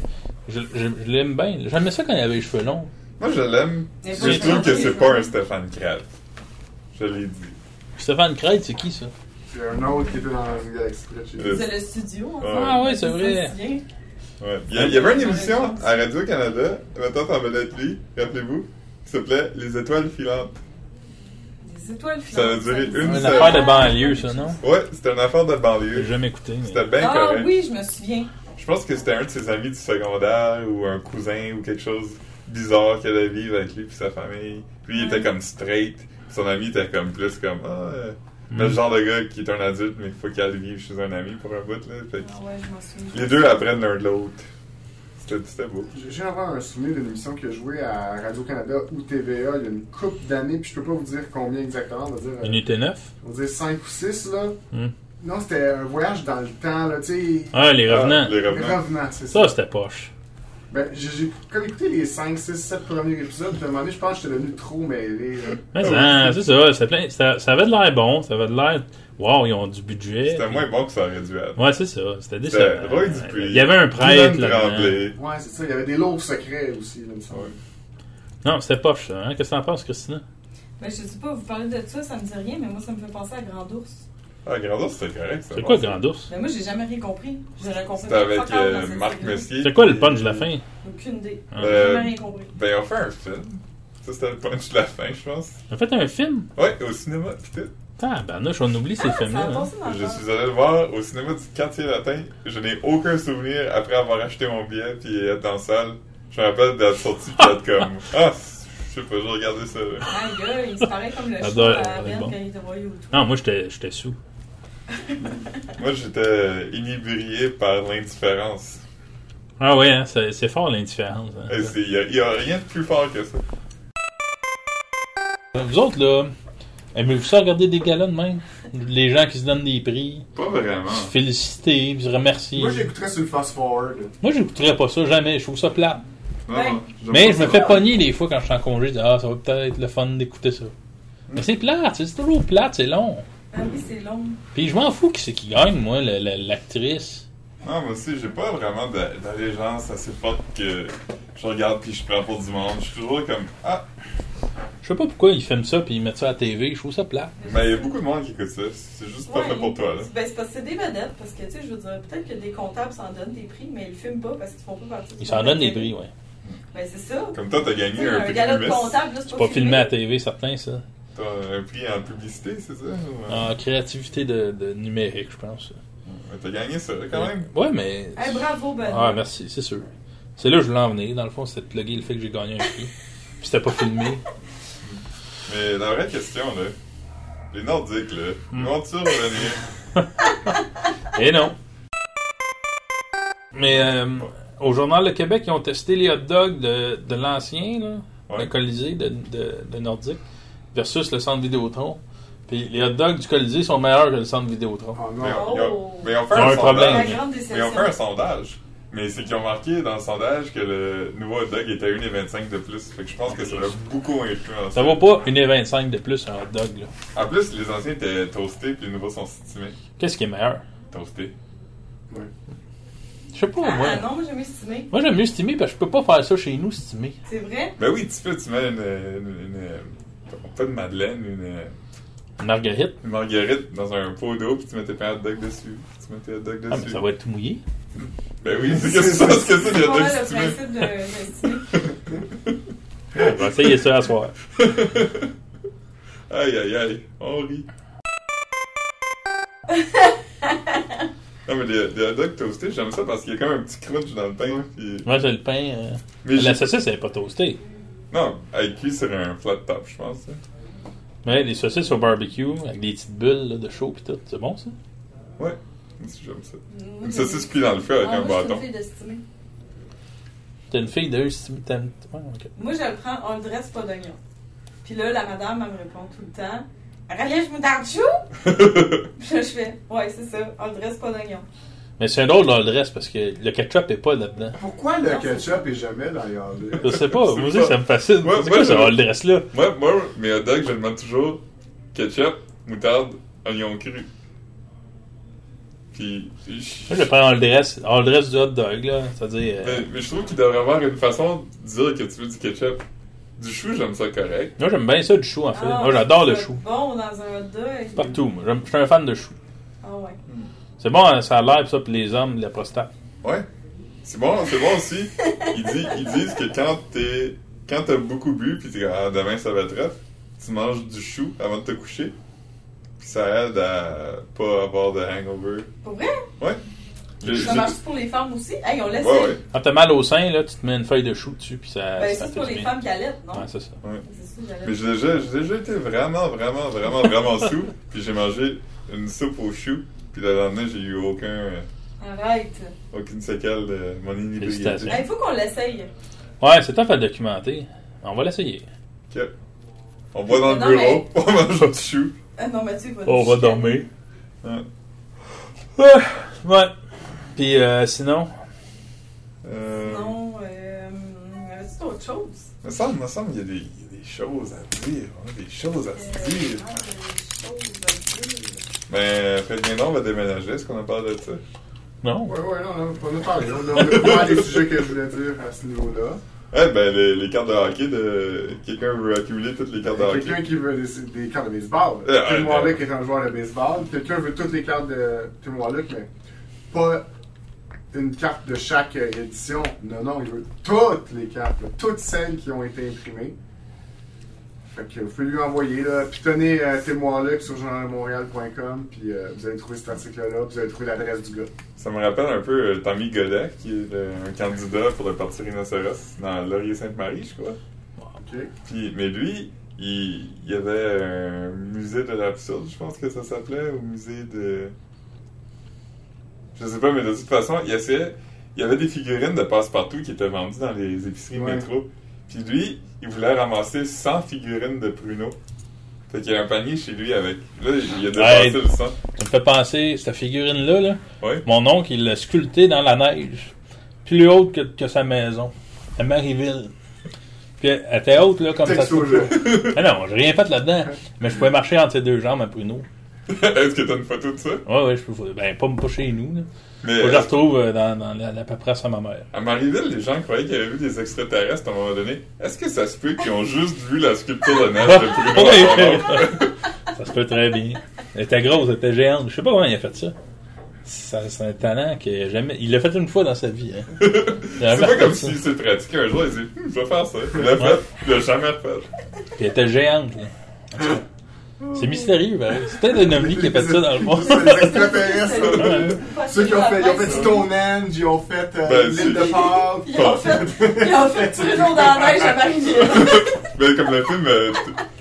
S2: je, je- je l'aime bien. J'aimais ça quand il avait les cheveux longs.
S1: Moi, je l'aime.
S3: Mais
S1: Je
S3: pas
S1: trouve que
S3: Stéphane
S1: c'est
S3: Crête.
S1: pas un Stéphane Kraft. Je l'ai dit.
S2: Stéphane Craig, c'est qui, ça?
S5: Il y a un autre qui était dans la galaxie près de chez
S1: Le-
S5: nous.
S3: C'est le studio, en fait.
S1: Ah
S2: ouais, c'est vrai.
S3: Bien.
S1: Ouais. Il y, a- il y avait une émission à Radio-Canada, maintenant ça va être lui, rappelez-vous, qui s'appelait Les étoiles filantes.
S3: Des étoiles
S1: Ça a duré
S3: filantes, ça.
S1: une
S2: Une
S1: seule-
S2: affaire de banlieue, ça, non?
S1: Ouais, c'était une affaire de
S2: J'ai
S1: banlieue.
S2: jamais écouté. mais-
S1: C'était bien
S3: Ah
S1: correct.
S3: oui, je me souviens.
S1: Je pense que c'était un de ses amis du secondaire ou un cousin ou quelque chose bizarre qu'elle allait vivre avec lui puis sa famille. Lui, il était comme straight. Son ami était comme plus comme ah, euh,
S2: Mm.
S1: le genre de gars qui est un adulte mais il faut qu'elle vive chez un ami pour un bout là. Fait
S3: Ah
S1: que
S3: ouais, je m'en souviens.
S1: les deux apprennent l'un de l'autre. C'était c'était beau.
S5: J'ai- J'ai avoir un souvenir d'une émission que je jouais à Radio-Canada ou TVA il y a une couple d'années, puis je peux pas vous dire combien exactement, on va dire, euh,
S2: Unité 9?
S5: on va dire 5 ou 6, là.
S2: Hmm.
S5: Non, c'était un voyage dans le temps, là, tu sais...
S2: Ah, les revenants.
S1: Ah, les
S5: Les
S1: revenants.
S5: revenants, c'est ça.
S2: Ça, c'était poche.
S5: Ben, j'ai- j'ai comme écouté les 5, 6, 7 premiers épisodes, puis à un moment donné, je pense que j'étais devenu trop mêlé. là.
S2: Mais
S1: Ah
S2: ça,
S1: oui.
S2: c'est ça, c'est plein- ça. Ça avait de l'air bon, ça avait de l'air. Waouh, ils ont du budget.
S1: C'était moins bon que ça aurait dû être.
S2: Ouais, c'est ça. C'était
S1: C'était
S2: décevant.
S1: Roy Dupuis.
S2: Il y avait un prêtre.
S1: Guylaine
S2: Là
S1: Tremblay.
S5: Ouais, c'est ça. Il y avait des lourds secrets aussi, là, il me semble.
S1: Ouais.
S2: non, c'était poche, ça. Hein? Qu'est-ce que t'en penses, Christina?
S3: Ben, je sais pas, vous parlez de ça, ça me dit rien, mais moi, ça me fait penser à Grand Ours.
S1: Ah, Grandeur, c'était correct.
S2: C'est quoi,
S1: bon,
S2: Grand Ours?
S3: Mais moi, j'ai jamais rien compris. J'aurais compris.
S1: C'était avec
S3: fuck all
S1: euh,
S3: dans cette
S1: Marc
S3: série-là.
S1: Messier.
S2: C'est quoi le punch
S1: puis-
S2: de la fin?
S3: Aucune idée.
S2: Ah.
S3: J'ai
S1: Euh,
S3: jamais rien compris.
S1: Ben, on fait un film. Ça, c'était le punch de la fin, je pense.
S2: On a fait un film?
S1: Ouais, au cinéma, pis tout.
S2: Tabarnouche, on oublie ces
S3: Ça
S2: films-là.
S3: a
S2: hein.
S3: passé dans le
S1: Je
S3: temps.
S1: suis allé le voir au cinéma du quartier latin. Je n'ai aucun souvenir après avoir acheté mon billet puis être dans la salle. Je me rappelle d'être sorti pis être comme Ah, je sais pas, j'ai regardé ça. là.
S3: Ah, le gars, il se paraît comme le
S2: Ça
S3: chien
S2: doit-
S3: à
S2: ouais,
S3: Ben
S2: bon.
S3: quand il te voyait au tout.
S2: Non, moi, j'étais j'étais sous.
S1: Moi, j'étais euh, inébrié par l'indifférence.
S2: Ah ouais, hein, c'est c'est fort l'indifférence. hein.
S1: Et c'est- Il y, a- il y a rien de plus fort que ça.
S2: Vous autres, là, aimez-vous ça regarder des galas de même? Les gens qui se donnent des prix,
S1: Pas vraiment.
S2: se féliciter, puis se remercier.
S5: Moi, j'écouterais sur le fast-forward.
S2: Moi, j'écouterais pas ça jamais. Je trouve ça plat.
S1: Non,
S3: Ouais.
S1: non, j'aime
S2: Mais
S1: pas
S2: je me
S1: ça.
S2: fais pogner des fois quand je suis en congé, je dis Ah, ça va peut-être être le fun d'écouter ça. Mais c'est plate, c'est toujours plate, c'est long.
S3: Ah oui, c'est long.
S2: Puis je m'en fous qui c'est qui gagne, moi, le- le- l'actrice.
S1: Non, moi aussi, j'ai pas vraiment d'a- d'allégeance assez forte que je regarde puis je prends pour du monde. Je suis toujours comme Ah,
S2: Je sais pas pourquoi ils filment ça puis ils mettent ça à la TV, je trouve ça plate.
S1: mais il y a beaucoup de monde qui écoute ça. C'est juste pas
S3: Ouais.
S1: fait pour toi, là.
S3: Ben, c'est parce que c'est des vedettes, parce que, tu sais, je veux dire, peut-être que des comptables s'en donnent des prix, mais ils filment pas parce qu'ils font pas partie du
S2: Ils s'en
S3: monde de la
S2: donnent des
S3: télé.
S2: prix, ouais.
S3: Ben, c'est ça.
S1: Comme toi, t'as
S3: Tu
S1: gagné
S3: sais,
S1: un,
S3: un
S1: prix
S3: gala de
S1: Miss.
S3: comptable, là, c'est
S2: C'est
S3: pas
S2: pas filmé à la TV, certain, ça.
S1: T'as un prix en publicité, c'est ça? ou- euh,
S2: En créativité de, de numérique, je pense.
S1: Ouais, T'as gagné ça, quand même.
S2: Ouais, mais.
S3: Eh, bravo, Ben.
S2: Ah, merci, c'est sûr. C'est là que je voulais en venir. Dans le fond, c'était de plugger le fait que j'ai gagné un prix. Puis c'était pas filmé.
S1: Mais la vraie question, là, les Nordiques, là,
S2: Hmm.
S1: ils vont-tu revenir?
S2: Et Eh non. Mais euh, au Journal de Québec, ils ont testé les hot dogs de, de l'ancien, là,
S1: Ouais.
S2: le Colisée de, de, de Nordique, versus le centre Vidéotron. Puis les hot dogs du Colisée sont meilleurs que le centre Vidéotron.
S5: Oh non.
S1: Mais on, ils ont- mais ils ont fait
S2: Ils ont
S1: un,
S2: un problème.
S1: sondage.
S3: La grande
S1: Mais ils
S3: déception.
S1: ont fait un sondage. Mais c'est qu'ils ont marqué dans le sondage que le nouveau hot dog était à 1,25 de plus. Fait que je pense que ça l'a beaucoup influencé.
S2: Ça vaut pas 1,25 de plus un hot dog. Là.
S1: En plus, les anciens étaient toastés, puis les nouveaux sont stimés.
S2: Qu'est-ce qui est meilleur?
S1: Toastés.
S2: Je sais pas,
S3: Ah,
S2: moi.
S3: non, moi, j'ai mis estimé.
S2: Moi, j'aime mieux stimer parce que je peux pas faire ça chez nous, stimer.
S3: C'est vrai?
S1: Ben oui, tu peux, tu mets une, une- une- Pas de madeleine, une,
S2: Marguerite,
S1: une marguerite dans un pot d'eau, puis tu mets tes pains hot dog dessus. Tu mets tes hot dogs dessus.
S2: ah, mais ça va être tout mouillé.
S1: Ben oui, c'est que c'est ça, c'est que c'est
S3: C'est
S1: des hot
S3: pas mal
S1: dogs
S3: le
S1: stimés.
S3: principe de d'estimer.
S2: On va essayer ça à soir.
S1: Aïe, aïe, aïe, on rit. non, mais les, les hot dogs toastés, j'aime ça parce qu'il y a comme un petit crunch dans le pain. Puis...
S2: Moi, j'ai le pain. euh,
S1: Mais
S2: La
S1: j'ai-
S2: saucisse, elle est pas toastée.
S1: Non, avec cuit sur un flat top, je pense. hein.
S2: Ouais, les saucisses au barbecue avec des petites bulles là, de chaud pis tout, c'est bon ça?
S1: Ouais, moi aussi j'aime ça.
S3: Moi,
S1: Une
S3: j'ai-
S1: saucisse cuite dans le feu avec
S3: Ah,
S1: un
S3: moi, je suis
S1: bâton.
S3: une fille d'estimer.
S2: T'as une fille de si t'aimes. Ouais, ok.
S3: Moi, je le prends on le dresse pas d'oignon. Puis là, la madame, elle me répond tout le temps Relief moutarde chou Puis là, je fais Ouais, c'est ça, on le dresse pas d'oignon.
S2: Mais c'est un drôle dans le reste parce que le ketchup est pas là-dedans.
S5: Pourquoi le ketchup est jamais dans les hot dogs?
S2: Je sais pas,
S1: C'est
S2: moi aussi
S1: pas-
S2: ça me fascine.
S1: Ouais,
S2: c'est
S1: ouais,
S2: quoi ce
S1: ouais.
S2: all dress là?
S1: Moi, moi, mes hot dogs, je demande toujours ketchup, moutarde, oignon cru. Puis. je-
S2: Moi je prends all dress, all dress du hot dog là, c'est-à-dire. euh,
S1: Mais, mais je trouve qu'il devrait avoir une façon de dire que tu veux du ketchup. Du chou, j'aime ça correct.
S2: Moi j'aime bien ça du chou en fait.
S3: Ah,
S2: moi j'adore le
S3: c'est
S2: chou.
S3: Bon, dans un hot dog.
S2: Partout, moi. J'aime- Je suis un fan de chou.
S3: Ah ouais.
S2: C'est bon, hein, ça a l'air pis ça pour les hommes, la prostate.
S1: Ouais. C'est bon, c'est bon aussi. Ils, di- ils disent que quand t'es quand t'as beaucoup bu puis t'es comme, ah, demain ça va être rough, tu manges du chou avant de te coucher. Puis ça aide à pas avoir de hangover.
S3: Pour vrai
S1: Ouais. Je- je-
S3: Ça marche pour les femmes aussi Hey, on laisse.
S1: Ouais, ouais.
S2: Quand t'as mal au sein, là, tu te mets une feuille de chou dessus pis ça.
S3: Ben,
S2: ça
S3: ça, c'est pour
S2: du
S3: les
S2: bien.
S3: femmes qui allaitent, non
S2: Ouais, c'est ça.
S3: C'est ça, j'allais
S1: Mais j'ai déjà, j'ai déjà été vraiment, vraiment, vraiment, vraiment sous. Puis j'ai mangé une soupe au chou. Puis le lendemain, j'ai eu aucun, euh,
S3: Arrête.
S1: aucune séquelle de mon
S2: Félicitations.
S1: inhibilité.
S3: Il faut qu'on l'essaye.
S2: Ouais, c'est tough à documenter. On va l'essayer.
S1: Ok. On va dans le
S3: Non,
S1: bureau, on mange du chou.
S3: Ah non, Mathieu, il va nous
S2: On Oh, va
S3: chicaner.
S2: dormir.
S1: Ouais.
S2: Ah, ouais. Puis euh, sinon,
S1: Euh,
S3: Non, euh. Avais-tu d'autres choses
S1: Me semble, me semble, il y a des, il y a des choses à dire. On a des choses à
S3: Euh,
S1: se dire.
S3: non, des choses à dire.
S1: Ben, faites bien non, on va déménager. Est-ce qu'on en parle de ça?
S2: non.
S5: Ouais, ouais, non, on a- on a parlé. On a, on a pas mal des sujets que je voulais dire à ce niveau-là.
S1: Eh ben, les, les cartes de hockey de. Quelqu'un veut accumuler toutes les cartes de hockey.
S5: Quelqu'un qui veut des, des cartes de baseball.
S1: Euh,
S5: Tim
S1: euh,
S5: Warlock
S1: euh.
S5: est un joueur de baseball. Quelqu'un veut toutes les cartes de Tim Warlock, mais pas une carte de chaque euh, édition. Non, non, il veut toutes les cartes, là, toutes celles qui ont été imprimées. Fait que vous pouvez lui envoyer, là, pitonnez euh, Tim Warlock sur journalmontréal.com, puis euh, vous allez trouver cet article-là, puis vous allez trouver l'adresse du gars.
S1: Ça me rappelle un peu euh, Tommy Godet, qui est le- un candidat pour le Parti Rhinocéros dans Laurier-Sainte-Marie, je crois.
S5: OK?
S1: Puis, mais lui, il, il y avait un musée de l'absurde, je pense que ça s'appelait, ou musée de. Je sais pas, mais de toute façon, il essayait. Il y avait des figurines de passe-partout qui étaient vendues dans les épiceries
S5: Ouais.
S1: métro. Puis lui, il voulait ramasser 100 figurines de pruneaux. Fait qu'il y a un panier chez lui avec. Là, il a dépassé
S2: Hey.
S1: le 100.
S2: Ça me fait penser, cette figurine-là, là,
S1: Ouais.
S2: mon oncle, il l'a sculptée dans la neige. Plus haute que, que sa maison. à Maryville. Puis elle elle était haute, là, comme ça. se
S5: Texto,
S2: peut
S5: là.
S2: pas. Ah non, j'ai rien fait là-dedans. Mais je pouvais marcher entre ses deux jambes à Pruneau.
S1: Est-ce que t'as une photo de ça?
S2: Ouais, ouais, je peux. Ben, pas, pas chez nous, là.
S1: Mais
S2: Faut que je la retrouve euh, dans, dans la, la paperasse à ma mère.
S1: à Marieville, les gens croyaient qu'il y avait vu des extraterrestres à un moment donné. Est-ce que ça se peut qu'ils ont juste vu la sculpture de neige de Bruno Latour?
S2: Oui. ça se peut très bien. Elle était grosse, elle était géante. Je sais pas comment il a fait ça. Ça- C'est un talent qu'il a jamais. Il l'a fait une fois dans sa vie. hein. Il a
S1: C'est
S2: jamais
S1: pas
S2: fait
S1: comme
S2: ça.
S1: s'il s'est pratiqué un jour, il s'est dit, Hum, je vais faire ça. Il l'a fait, il l'a jamais refait.
S2: Puis elle était géante. là. En tout cas, C'est mystérieux, pareil. C'est peut-être un ovni qui a fait ça dans le monde.
S5: C'est des extraterrestres.
S2: Ouais.
S5: Ceux qui ont fait, ils ont fait Stone ils ont fait euh,
S1: Ben,
S5: l'île de
S1: si.
S5: Pâques.
S3: Ils ont fait, ils ont fait Bruno dans la neige à Marie-Ville.
S1: Mais comme le film euh,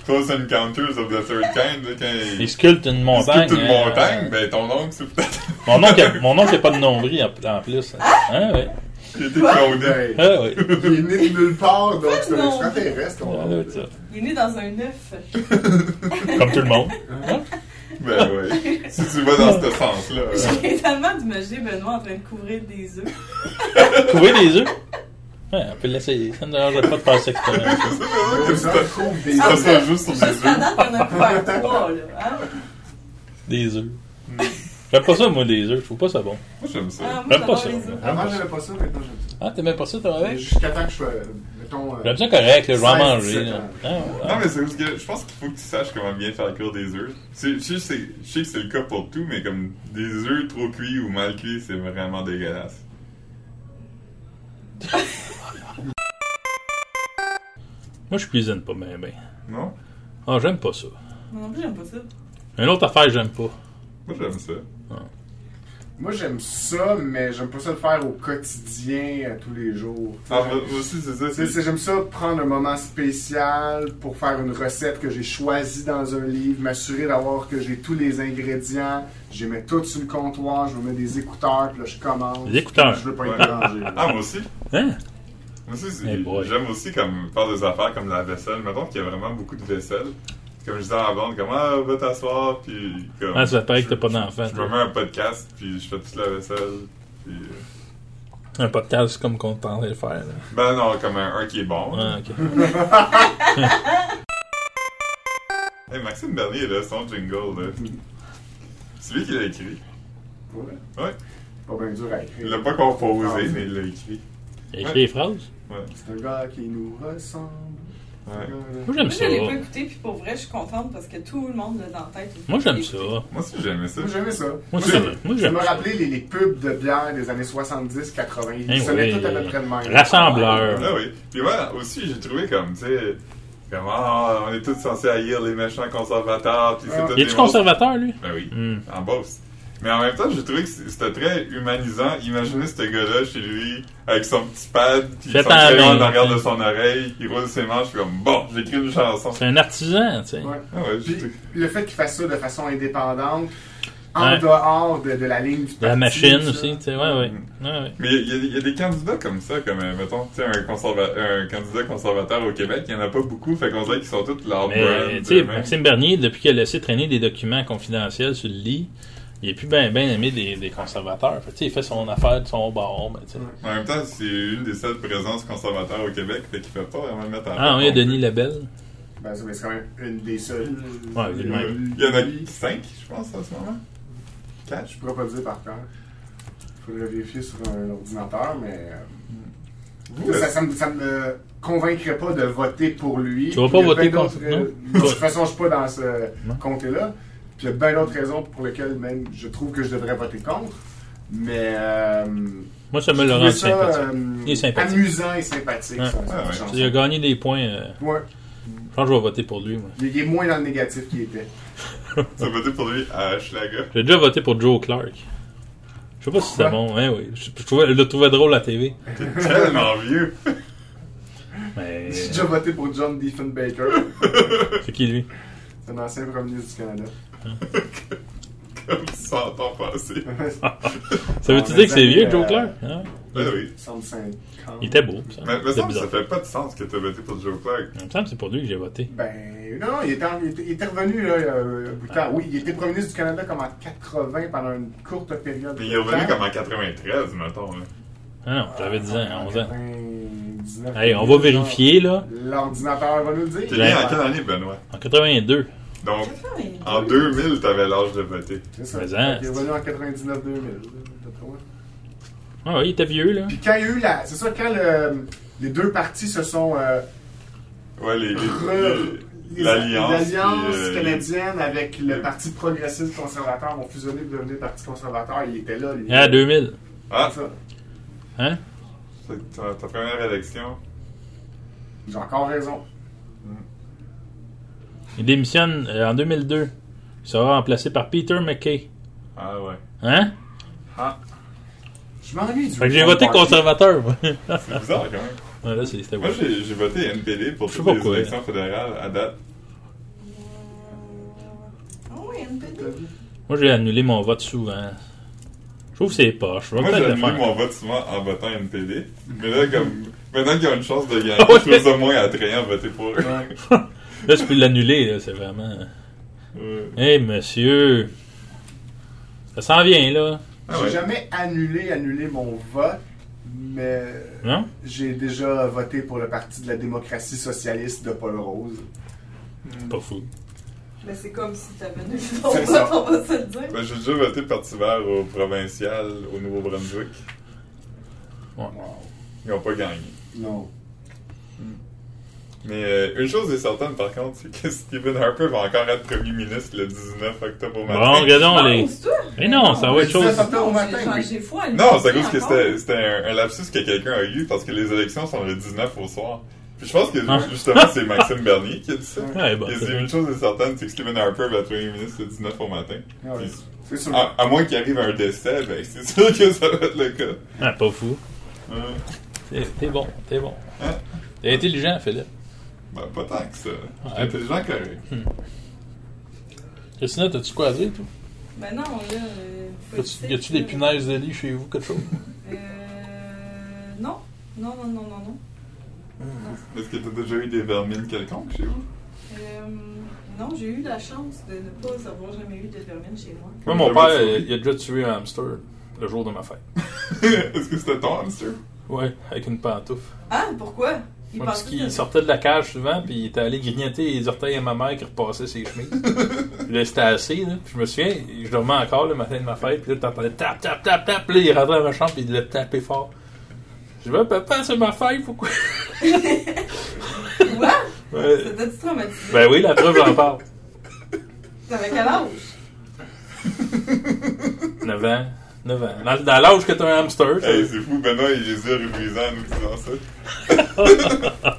S1: Close Encounters of the Third Kind, là, quand il
S2: Il sculpte une montagne.
S1: toute une
S2: hein.
S1: montagne, ben ton oncle, c'est peut-être
S2: Mon oncle, a- mon oncle a pas de nombril en, en plus. Hein, ouais.
S1: qu'il était clondé.
S5: Ben,
S2: Ah, ouais.
S5: il est né de nulle part, donc c'est un
S3: Non.
S5: extraterrestre.
S2: Ah,
S5: on
S2: là,
S5: va
S2: ça.
S5: dire.
S3: Il est né dans un œuf.
S2: Comme tout le monde.
S1: Ben oui. Si tu vas dans ce sens-là.
S5: Ah.
S1: ouais.
S3: J'ai tellement d'imaginer Benoît en train de couvrir des œufs.
S2: Trouver des œufs. Ouais, on peut l'essayer. Ça ne dérange pas de faire cette expérience.
S5: Les gens trouvent des
S1: Ça
S5: œufs.
S1: sera juste sur des
S3: Jusqu'à
S1: œufs.
S3: date, on a couvert trois, là. Hein?
S2: Des œufs. J'aime pas ça, moi, des œufs. Je trouve pas ça bon.
S1: Moi, j'aime ça.
S3: Ah, moi,
S2: J'aime pas
S3: j'adore
S2: ça. Hein?
S3: les œufs.
S5: Avant, j'aimais pas ça, maintenant j'aime
S2: Ah, t'aimes pas ça, toi,
S5: ça.
S2: avec?
S5: Jusqu'à temps que je sois, euh, mettons. euh,
S2: J'aime ça correct, là, je vais en
S5: 16,
S2: manger.
S5: 17
S2: là.
S5: ans.
S2: Ah, ouais.
S1: Non, mais c'est juste que je pense qu'il faut que tu saches comment bien faire cuire des œufs. C'est- Je sais, c'est- je sais que c'est le cas pour tout, mais comme des œufs trop cuits ou mal cuits, c'est vraiment dégueulasse.
S2: Moi, je cuisine pas bien, bien.
S1: Non?
S2: Ah, j'aime pas ça.
S3: Moi non plus, j'aime pas ça.
S2: Une autre affaire, que j'aime pas.
S1: Moi, j'aime ça.
S5: Moi, j'aime ça, mais j'aime pas ça le faire au quotidien, à tous les jours.
S1: Ah, moi moi aussi, c'est ça.
S5: Tu sais,
S1: c'est-
S5: c'est- J'aime ça prendre un moment spécial pour faire une recette que j'ai choisie dans un livre, m'assurer d'avoir que j'ai tous les ingrédients, je les mets tout sur le comptoir, je me mets des écouteurs, puis là je commande.
S2: Des écouteurs.
S5: Je veux pas
S1: Ouais.
S5: être dérangé. là.
S1: Ah, moi aussi.
S2: Hein?
S1: Moi aussi, c'est-
S2: Hey boy.
S1: j'aime aussi comme faire des affaires comme la vaisselle. Mettons qu'il y a vraiment beaucoup de vaisselle. Comme je disais à la blonde, comme ah, va t'asseoir, puis comme.
S2: Ah, ça fait pareil que
S1: je-
S2: t'as pas d'enfant.
S1: Je me
S2: toi.
S1: mets un podcast, puis je fais toute la vaisselle. Puis... euh,
S2: Un podcast c'est comme qu'on tentait de faire. Là.
S1: Ben non, comme un, un qui est bon.
S2: Ah, ok.
S1: Hey, Maxime Bernier, là, son jingle, là. C'est lui qui l'a écrit.
S5: Ouais.
S1: Ouais.
S5: Pas bien dur à
S1: Il
S5: écrire. Ah,
S1: l'a pas composé, mais il l'a écrit.
S2: Il a écrit les phrases.
S5: C'est un gars qui nous ressemble. Euh, C'est un
S1: Ouais.
S5: gars-
S2: Moi,
S3: Moi,
S2: j'aime
S3: je
S2: ça.
S3: l'ai pas écouté, puis pour vrai, je suis contente parce que tout le monde l'a dans la tête.
S2: Moi, j'aime ça. Moi,
S1: Moi aussi, j'aimais ça.
S5: Moi, j'aimais ça.
S2: aussi,
S5: Moi,
S2: moi,
S5: Je
S2: j'aime
S5: me
S2: ça.
S5: rappelais les, les pubs de bière des années 70-80. Ils
S2: Hein,
S5: sonnaient
S2: oui.
S5: tout à peu près de même.
S2: Rassembleur.
S1: Ah oui. Puis moi aussi, j'ai trouvé comme, tu sais, comme, ah, on est tous censés haïr les méchants conservateurs, puis c'est
S5: Ah.
S1: tout
S2: Il
S1: des
S2: est-tu
S1: monstres.
S2: conservateur, lui?
S1: Ben oui,
S2: Hmm.
S1: en bosse. Mais en même temps, j'ai trouvé que c'était très humanisant. Imaginez ce gars-là chez lui, avec son petit pad, puis
S2: Fait
S1: son
S2: en
S1: crayon
S2: main.
S1: dans l'arrière de son oreille, il roule ses manches, puis comme, bon, j'écris une chanson.
S2: C'est un artisan, tu sais.
S5: Ouais.
S1: Ah ouais, j'ai
S5: Puis,
S1: trouvé-
S5: le fait qu'ils fassent ça de façon indépendante, en
S2: Ouais.
S5: dehors de, de la ligne du
S2: La
S5: parti,
S2: machine
S5: ça.
S2: aussi, tu sais. Ouais, ouais.
S1: Mm.
S2: ouais, ouais.
S1: Mais il y, a- il y a des candidats comme ça, comme, euh, mettons, tu sais, un, conserva- un candidat conservateur au Québec, il n'y en a pas beaucoup, fait qu'on dirait qu'ils sont tous leur
S2: Mais,
S1: brand
S2: tu sais,
S1: eux-mêmes.
S2: Maxime Bernier, depuis qu'il a laissé traîner des documents confidentiels sur le lit, il est plus bien ben aimé des, des conservateurs. Fait que, tu sais, il fait son affaire de son bar. Ben, tu sais.
S1: En même temps, c'est une des seules présences conservateurs au Québec, fait qu'il ne peut pas vraiment le mettre en
S2: ah, oui, il y a Denis Labelle.
S5: Ben, ça, mais c'est quand même une des seules.
S2: Ouais, il y a le même.
S1: Il y en a cinq, je pense, en ce moment. Quatre,
S5: Je pourrais pas le dire par cœur. Faudrait vérifier sur un ordinateur, mais. euh,
S1: Vous,
S5: Ça,
S1: euh,
S5: ça me, ça me convaincrait pas de voter pour lui.
S2: Tu vas
S5: Puis
S2: pas
S5: il y a
S2: voter
S5: bien
S2: contre-
S5: d'autres, euh,
S2: non?
S5: De toute façon, je suis pas dans ce
S2: Non.
S5: comté-là. Puis il y a bien d'autres raisons pour lesquelles même je trouve que je devrais voter contre. Mais. Euh,
S2: Moi, ça me
S5: je
S2: le
S5: trouvais
S2: rend
S5: ça,
S2: sympathique.
S5: euh,
S2: Il est sympathique.
S5: Amusant et sympathique,
S2: Ouais.
S5: ça, cette
S1: Ah ouais.
S5: chanson.
S2: Il a gagné des points. euh,
S5: Ouais.
S2: je pense que je vais voter pour lui, moi.
S5: Il il est moins dans le négatif qu'il était.
S1: ça veut dire pour lui à Schlager.
S2: J'ai déjà voté pour Joe Clark. Je sais pas si c'était
S5: Quoi?
S2: bon, hein, oui. Je, je trouvais- je le trouvais drôle à la TV.
S1: Tellement vieux.
S2: Mais. euh,
S5: J'ai déjà voté pour John Diefenbaker,
S2: C'est qui lui
S5: c'est un ancien premier ministre du Canada.
S1: Comme 100 ans passés.
S2: Ça veut-tu
S5: Ah,
S2: dire que c'est
S5: mais,
S2: vieux,
S5: euh,
S2: Joe Clark Hein?
S1: Ah oui.
S5: 65 ans.
S2: Il était beau, ça.
S1: Mais, mais ça, me
S2: C'était
S1: semble que ça
S2: bizarre.
S1: fait pas de sens que t'as voté pour Joe Clark.
S2: Il me semble que c'est pour lui que j'ai voté.
S5: Ben, non, non, il était, en- il était- il était revenu, là, euh, un bout de temps. Oui, il était premier ministre du Canada comme en 80 pendant une courte période.
S1: Mais il est revenu comme en 93, mettons. là.
S2: Ah non, j'avais 10 ans, 11 ans.
S5: 11 19.
S2: Hey, on va vérifier, là.
S5: L'ordinateur va nous le
S1: T'es
S5: dire.
S1: né en quelle année, Benoît?
S2: En 82.
S1: Donc,
S3: Quatre-vingt-deux.
S1: en 2000, t'avais l'âge de voter.
S5: C'est ça.
S2: Mais hein.
S5: Il est venu en 99 2000, d'après moi.
S2: Ah ouais, il était vieux, là.
S5: Puis quand il y a eu la. C'est ça, quand le- les deux parties se sont. euh,
S1: Ouais, les, les-
S5: re-
S1: les- l'alliance.
S5: l'alliance
S1: puis, euh,
S5: canadienne avec le
S1: les-
S5: Parti progressiste conservateur ont fusionné pour devenir Parti conservateur. Il était là, lui.
S2: Ah, 2000.
S1: Ah,
S5: Ça.
S2: Hein?
S1: c'est ta, ta première élection.
S5: J'ai encore raison.
S2: Il démissionne euh, en 2002. Il sera remplacé par Peter McKay.
S1: Ah ouais.
S2: Hein?
S1: Ah,
S5: Je m'ennuie du.
S2: Fait que j'ai voté
S5: Parti.
S2: conservateur, moi.
S1: c'est bizarre quand même.
S2: Ouais, là, c'est- c'était
S1: Moi,
S2: weird.
S1: j'ai j'ai voté NPD pour
S2: Je sais
S1: toutes
S2: pas
S1: les
S2: pourquoi.
S1: élections fédérales à date.
S3: Ah ouais, NPD.
S2: Moi, j'ai annulé mon vote souvent. Je trouve que c'est poche. Je vais
S1: Moi, j'ai
S2: peut-être le
S1: annulé
S2: faire.
S1: mon vote souvent en votant NPD. Mais là, comme. Maintenant qu'ils ont une chance de gagner,
S2: Ah ouais.
S1: je trouve ça moins attrayant de voter pour eux.
S5: Ouais.
S2: Là, je peux l'annuler, là. C'est vraiment.
S1: Ouais.
S2: Hey, monsieur. Ça s'en vient, là.
S1: Ah
S5: J'ai
S1: ouais.
S5: jamais annulé, annulé mon vote, mais
S2: Non?
S5: j'ai déjà voté pour le Parti de la démocratie socialiste de Paul Rose.
S2: Pas fou.
S3: Mais c'est comme si t'avais une ton
S5: C'est
S3: vote,
S5: ça.
S3: on va se le dire.
S1: Ben, j'ai déjà voté Parti vert au provincial au Nouveau-Brunswick.
S5: Wow.
S1: Ils n'ont pas gagné.
S5: Non.
S1: Mais euh, une chose est certaine, par contre, c'est que Stephen Harper va encore être premier ministre le 19 octobre au
S2: Bon,
S1: matin.
S2: regardons les.
S3: Pense, toi?
S2: Mais non, ça va être
S5: Non,
S2: chose.
S5: ça- Au matin,
S3: Bah, J'ai changé
S5: oui.
S3: foi à
S1: Non, c'est à
S3: l'université
S1: cause que
S3: encore.
S1: c'était c'était un, un lapsus que quelqu'un a eu parce que les élections sont le 19 au soir. Puis je pense que
S2: Ah.
S1: justement, c'est Maxime Bernier qui a dit ça.
S2: Ouais, bon,
S1: Il a dit
S2: c'est-
S1: une chose est certaine, c'est que Stephen Harper va être premier ministre le 19 au matin.
S5: Ah ouais.
S1: Puis,
S5: C'est sûr.
S1: à, à moins qu'il arrive un décès, ben, c'est sûr que ça va être le cas.
S2: Ah, pas fou.
S1: Hein?
S2: T'es t'es bon, t'es bon.
S1: Hein?
S2: T'es intelligent, Philippe.
S1: Ben, pas tant que ça.
S2: Ah,
S1: J'étais intelligent correct.
S2: Christina, t'as-tu quoi à dire, toi?
S3: Ben non, là. euh,
S2: As-tu-
S3: politique,
S2: Y a-tu des
S3: là.
S2: punaises de lit chez vous, quelque chose?
S3: Euh. Non. Non, non, non, non, non.
S1: Est-ce que t'as déjà eu des vermines quelconques chez vous?
S3: Euh, non, j'ai eu la chance de ne pas avoir jamais eu de vermine chez moi.
S2: Moi, mon père, il a déjà tué un hamster le jour de ma fête.
S1: Est-ce que c'était ton hamster?
S2: Ouais, avec une pantoufle.
S3: Ah, pourquoi? Il
S2: Ouais,
S3: pense
S2: parce
S3: que-
S2: qu'il sortait de la cage souvent, puis il était allé grignoter les orteils à ma mère qui repassait ses chemises. Puis là, c'était assez, là. Puis je me souviens, je dormais encore le matin de ma fête, puis là, t'entendais tap, tap, tap, tap. Puis là, il rentrait dans ma chambre, puis il le tapait fort. Je dis, papa, c'est ma fête, pourquoi?
S3: Quoi?
S2: Ouais.
S3: Ça t'a-tu traumatisé?
S2: Ben oui, la preuve, j'en parle.
S3: T'avais quel âge?
S2: 9 ans. 9 ans. Dans, dans l'âge que t'as un hamster, ça.
S1: Hey, c'est fou, Benoît, il les yeux révisants en nous disant ça.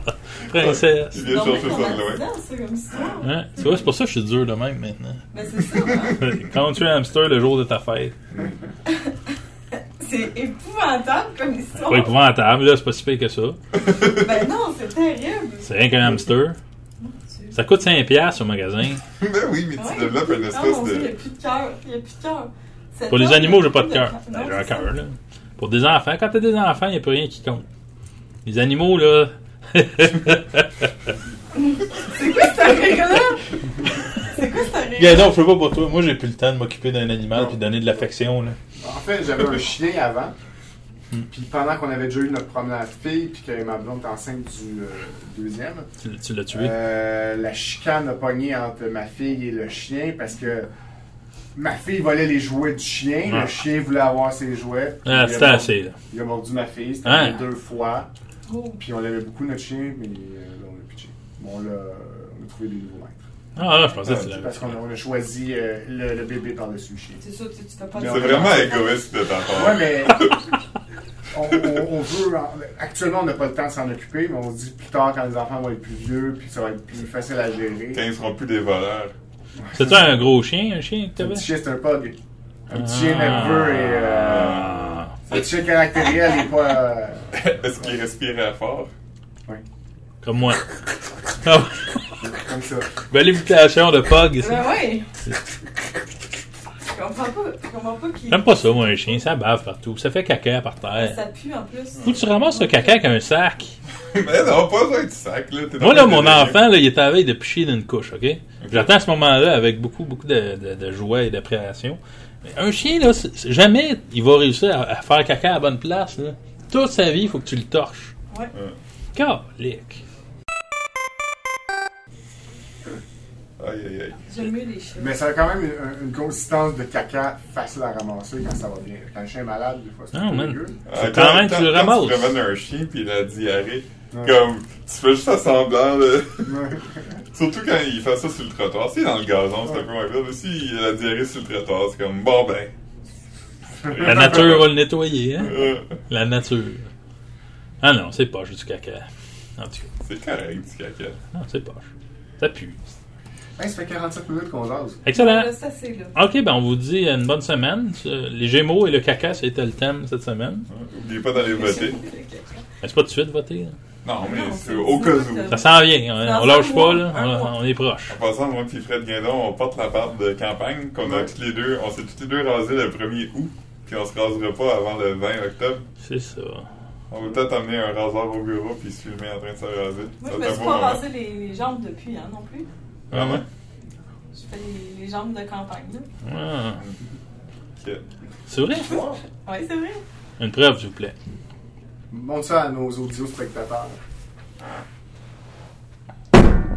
S2: princesse.
S1: Il vient
S3: Non, mais
S1: chercher ça de loin.
S3: traumatisant, ça, comme histoire.
S2: Ouais, tu vois, c'est pour ça que je suis dur de même maintenant.
S3: Ben c'est ça, hein?
S2: Quand tu es un hamster le jour de ta fête,
S3: C'est épouvantable comme histoire.
S2: pas épouvantable, là, c'est pas si pire que ça.
S3: Ben non, c'est terrible.
S2: C'est rien qu'un hamster.
S3: Dieu.
S2: Ça coûte 5$ au magasin.
S1: Ben oui, mais tu
S3: Ouais.
S1: développes une
S3: Ah, mon
S1: espèce
S3: Dieu, il n'y a
S1: de.
S3: plus de cœur. Il n'y a plus de cœur. Cet
S2: Pour les
S3: homme,
S2: animaux,
S3: il y a
S2: j'ai pas de
S3: plus
S2: cœur. Ben,
S3: Non,
S2: J'ai un
S3: c'est ça.
S2: cœur, là. Pour des enfants, quand t'as des enfants, il n'y a plus rien qui compte. Les animaux, là.
S3: C'est quoi ce règle-là? C'est quoi ce
S2: Gars,
S3: règle
S2: non, je sais pas pour toi. Moi, j'ai plus le temps de m'occuper d'un animal
S5: Non.
S2: puis de donner de l'affection, là.
S5: En fait, j'avais un chien avant. Puis pendant qu'on avait déjà eu notre première fille, puis que ma blonde était enceinte du euh, deuxième,
S2: Tu, tu l'as tué.
S5: euh, la chicane a pogné entre ma fille et le chien parce que ma fille volait les jouets du chien,
S2: Ah.
S5: le chien voulait avoir ses jouets. puis
S2: ah,
S5: il a
S2: c'était
S5: mordu-
S2: assez, là.
S5: Il a mordu ma fille, c'était
S2: Hein?
S5: deux fois.
S3: Oh,
S5: Puis on l'aimait beaucoup notre chien, mais euh, là, on l'a pitché. Bon, on l'a on a trouvé des nouveaux maîtres.
S2: Ah, non, je pensais que tu
S5: C'est
S2: l'avais.
S5: parce qu'on a, on a choisi euh, le, le bébé par-dessus le chien.
S3: C'est ça, tu tu fais pas de
S5: C'est
S1: C'est vraiment égoïste de ta
S5: Ouais,
S1: part.
S5: mais on, on- on veut. Actuellement, on n'a pas le temps de s'en occuper, mais on se dit plus tard, quand les enfants vont être plus vieux, puis ça va être plus facile à gérer.
S1: Quand ils seront plus des voleurs.
S2: C'était un gros chien, un chien que
S5: Un
S2: t'avais?
S5: petit chien, c'est un pug. Un petit
S2: Ah.
S5: chien nerveux et. Euh,
S2: Ah.
S5: un petit chien caractériel et pas. euh,
S1: Est-ce qu'ils respiraient fort?
S2: Comme moi. Ah,
S5: comme ça.
S2: Belle imitation de
S5: Ah,
S2: Pog, ça.
S3: Ben ouais. Je comprends pas. Je comprends pas qu'il.
S2: J'aime pas ça, moi, un chien. Ça bave partout. Ça fait caca par terre.
S3: Ça pue en plus.
S2: Faut que tu ramasses le caca avec un sac.
S1: Mais non, pas ça, tu sac, là. T'es dans
S2: Moi, là,
S1: le
S2: mon
S1: délire.
S2: enfant, là, il est à la veille de picher d'une couche, OK? J'attends à ce moment-là avec beaucoup, beaucoup de, de- de joie et d'appréhension. Mais un chien, là, c'est- c'est- jamais il va réussir à, à faire caca à la bonne place, là. Toute sa vie, il faut que tu le torches.
S3: Ouais.
S2: Calique.
S1: Aïe, aïe, aïe.
S3: J'aime mieux les chiens.
S5: Mais ça a quand même une, une consistance de caca facile à ramasser quand ça va bien. Quand le chien est malade, des fois, c'est
S2: Non,
S5: un peu
S2: man.
S5: dégueu.
S2: Faut quand même que tu le ramasses.
S1: Ah, Quand tu ramènes un chien puis la diarrhée,
S5: Ouais.
S1: comme, tu fais juste un semblant, là.
S5: Ouais.
S1: Surtout quand il fait ça sur le trottoir. Si dans le gazon, c'est un peu incroyable. Mais si il a la diarrhée sur le trottoir, c'est comme, bon ben.
S2: La nature va le nettoyer, hein?
S1: Euh,
S2: La nature. Ah non, c'est poche du caca. En tout cas,
S1: c'est correct, du caca. Hein,
S2: non, c'est poche. Ça pue.
S5: Hey, ça fait 47 minutes qu'on jase.
S2: Excellent.
S3: Là, ça, c'est là.
S2: Ok, ben on vous dit une bonne semaine. Euh, Les Gémeaux et le caca, c'était le thème cette semaine.
S1: Hein, Oubliez pas d'aller voter.
S2: Mais c'est pas tout de suite voter. là.
S1: Non, mais
S3: Non,
S1: c'est
S3: c'est-
S1: au cas où.
S2: Ça s'en vient. hein.
S3: Dans
S2: On, on
S3: un
S2: lâche
S3: mois,
S2: pas, là.
S3: un mois.
S2: On, on est proche.
S1: En passant, moi puis Fred Guindon, on porte la barbe de campagne qu'on a
S5: Ouais.
S1: toutes les deux. On s'est toutes les deux rasées le 1er août, puis on se rasera pas avant le 20 octobre.
S2: C'est ça.
S1: On va peut-être amener un rasoir au bureau puis se filmer en train de se raser. Ça
S3: Moi, je
S1: va
S3: me
S1: être
S3: suis
S1: un
S3: pas
S1: beau moment.
S3: rasé les, les jambes depuis, hein, non plus.
S1: Ah ouais?
S3: Je fais les, les jambes de campagne, là.
S2: Ah.
S1: Ok.
S2: C'est vrai?
S3: Oui, c'est vrai.
S2: Une preuve, s'il vous plaît.
S5: Montre ça à nos audiospectateurs.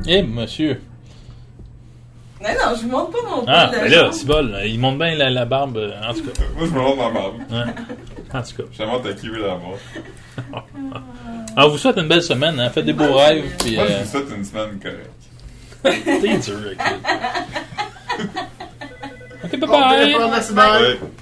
S2: Eh, monsieur.
S3: Non, non, je vous montre pas mon
S2: Ah,
S3: poil de
S2: ben là,
S3: jambe.
S2: c'est bol. là. Il monte bien la, la barbe, euh, en tout cas.
S1: Moi, je me rends ma barbe.
S2: Hein. En tout cas.
S1: J'aimerais t'as kiwi la mort.
S3: Ah.
S2: Alors, on vous souhaite une belle semaine. hein. Faites des beaux rêves. Puis,
S1: Moi, je
S2: euh,
S1: vous souhaite une semaine correcte.
S2: t'es dur, écoute. Ok, bye
S5: Bon,
S2: bye.
S5: téléphone, merci, bye.
S1: Ouais.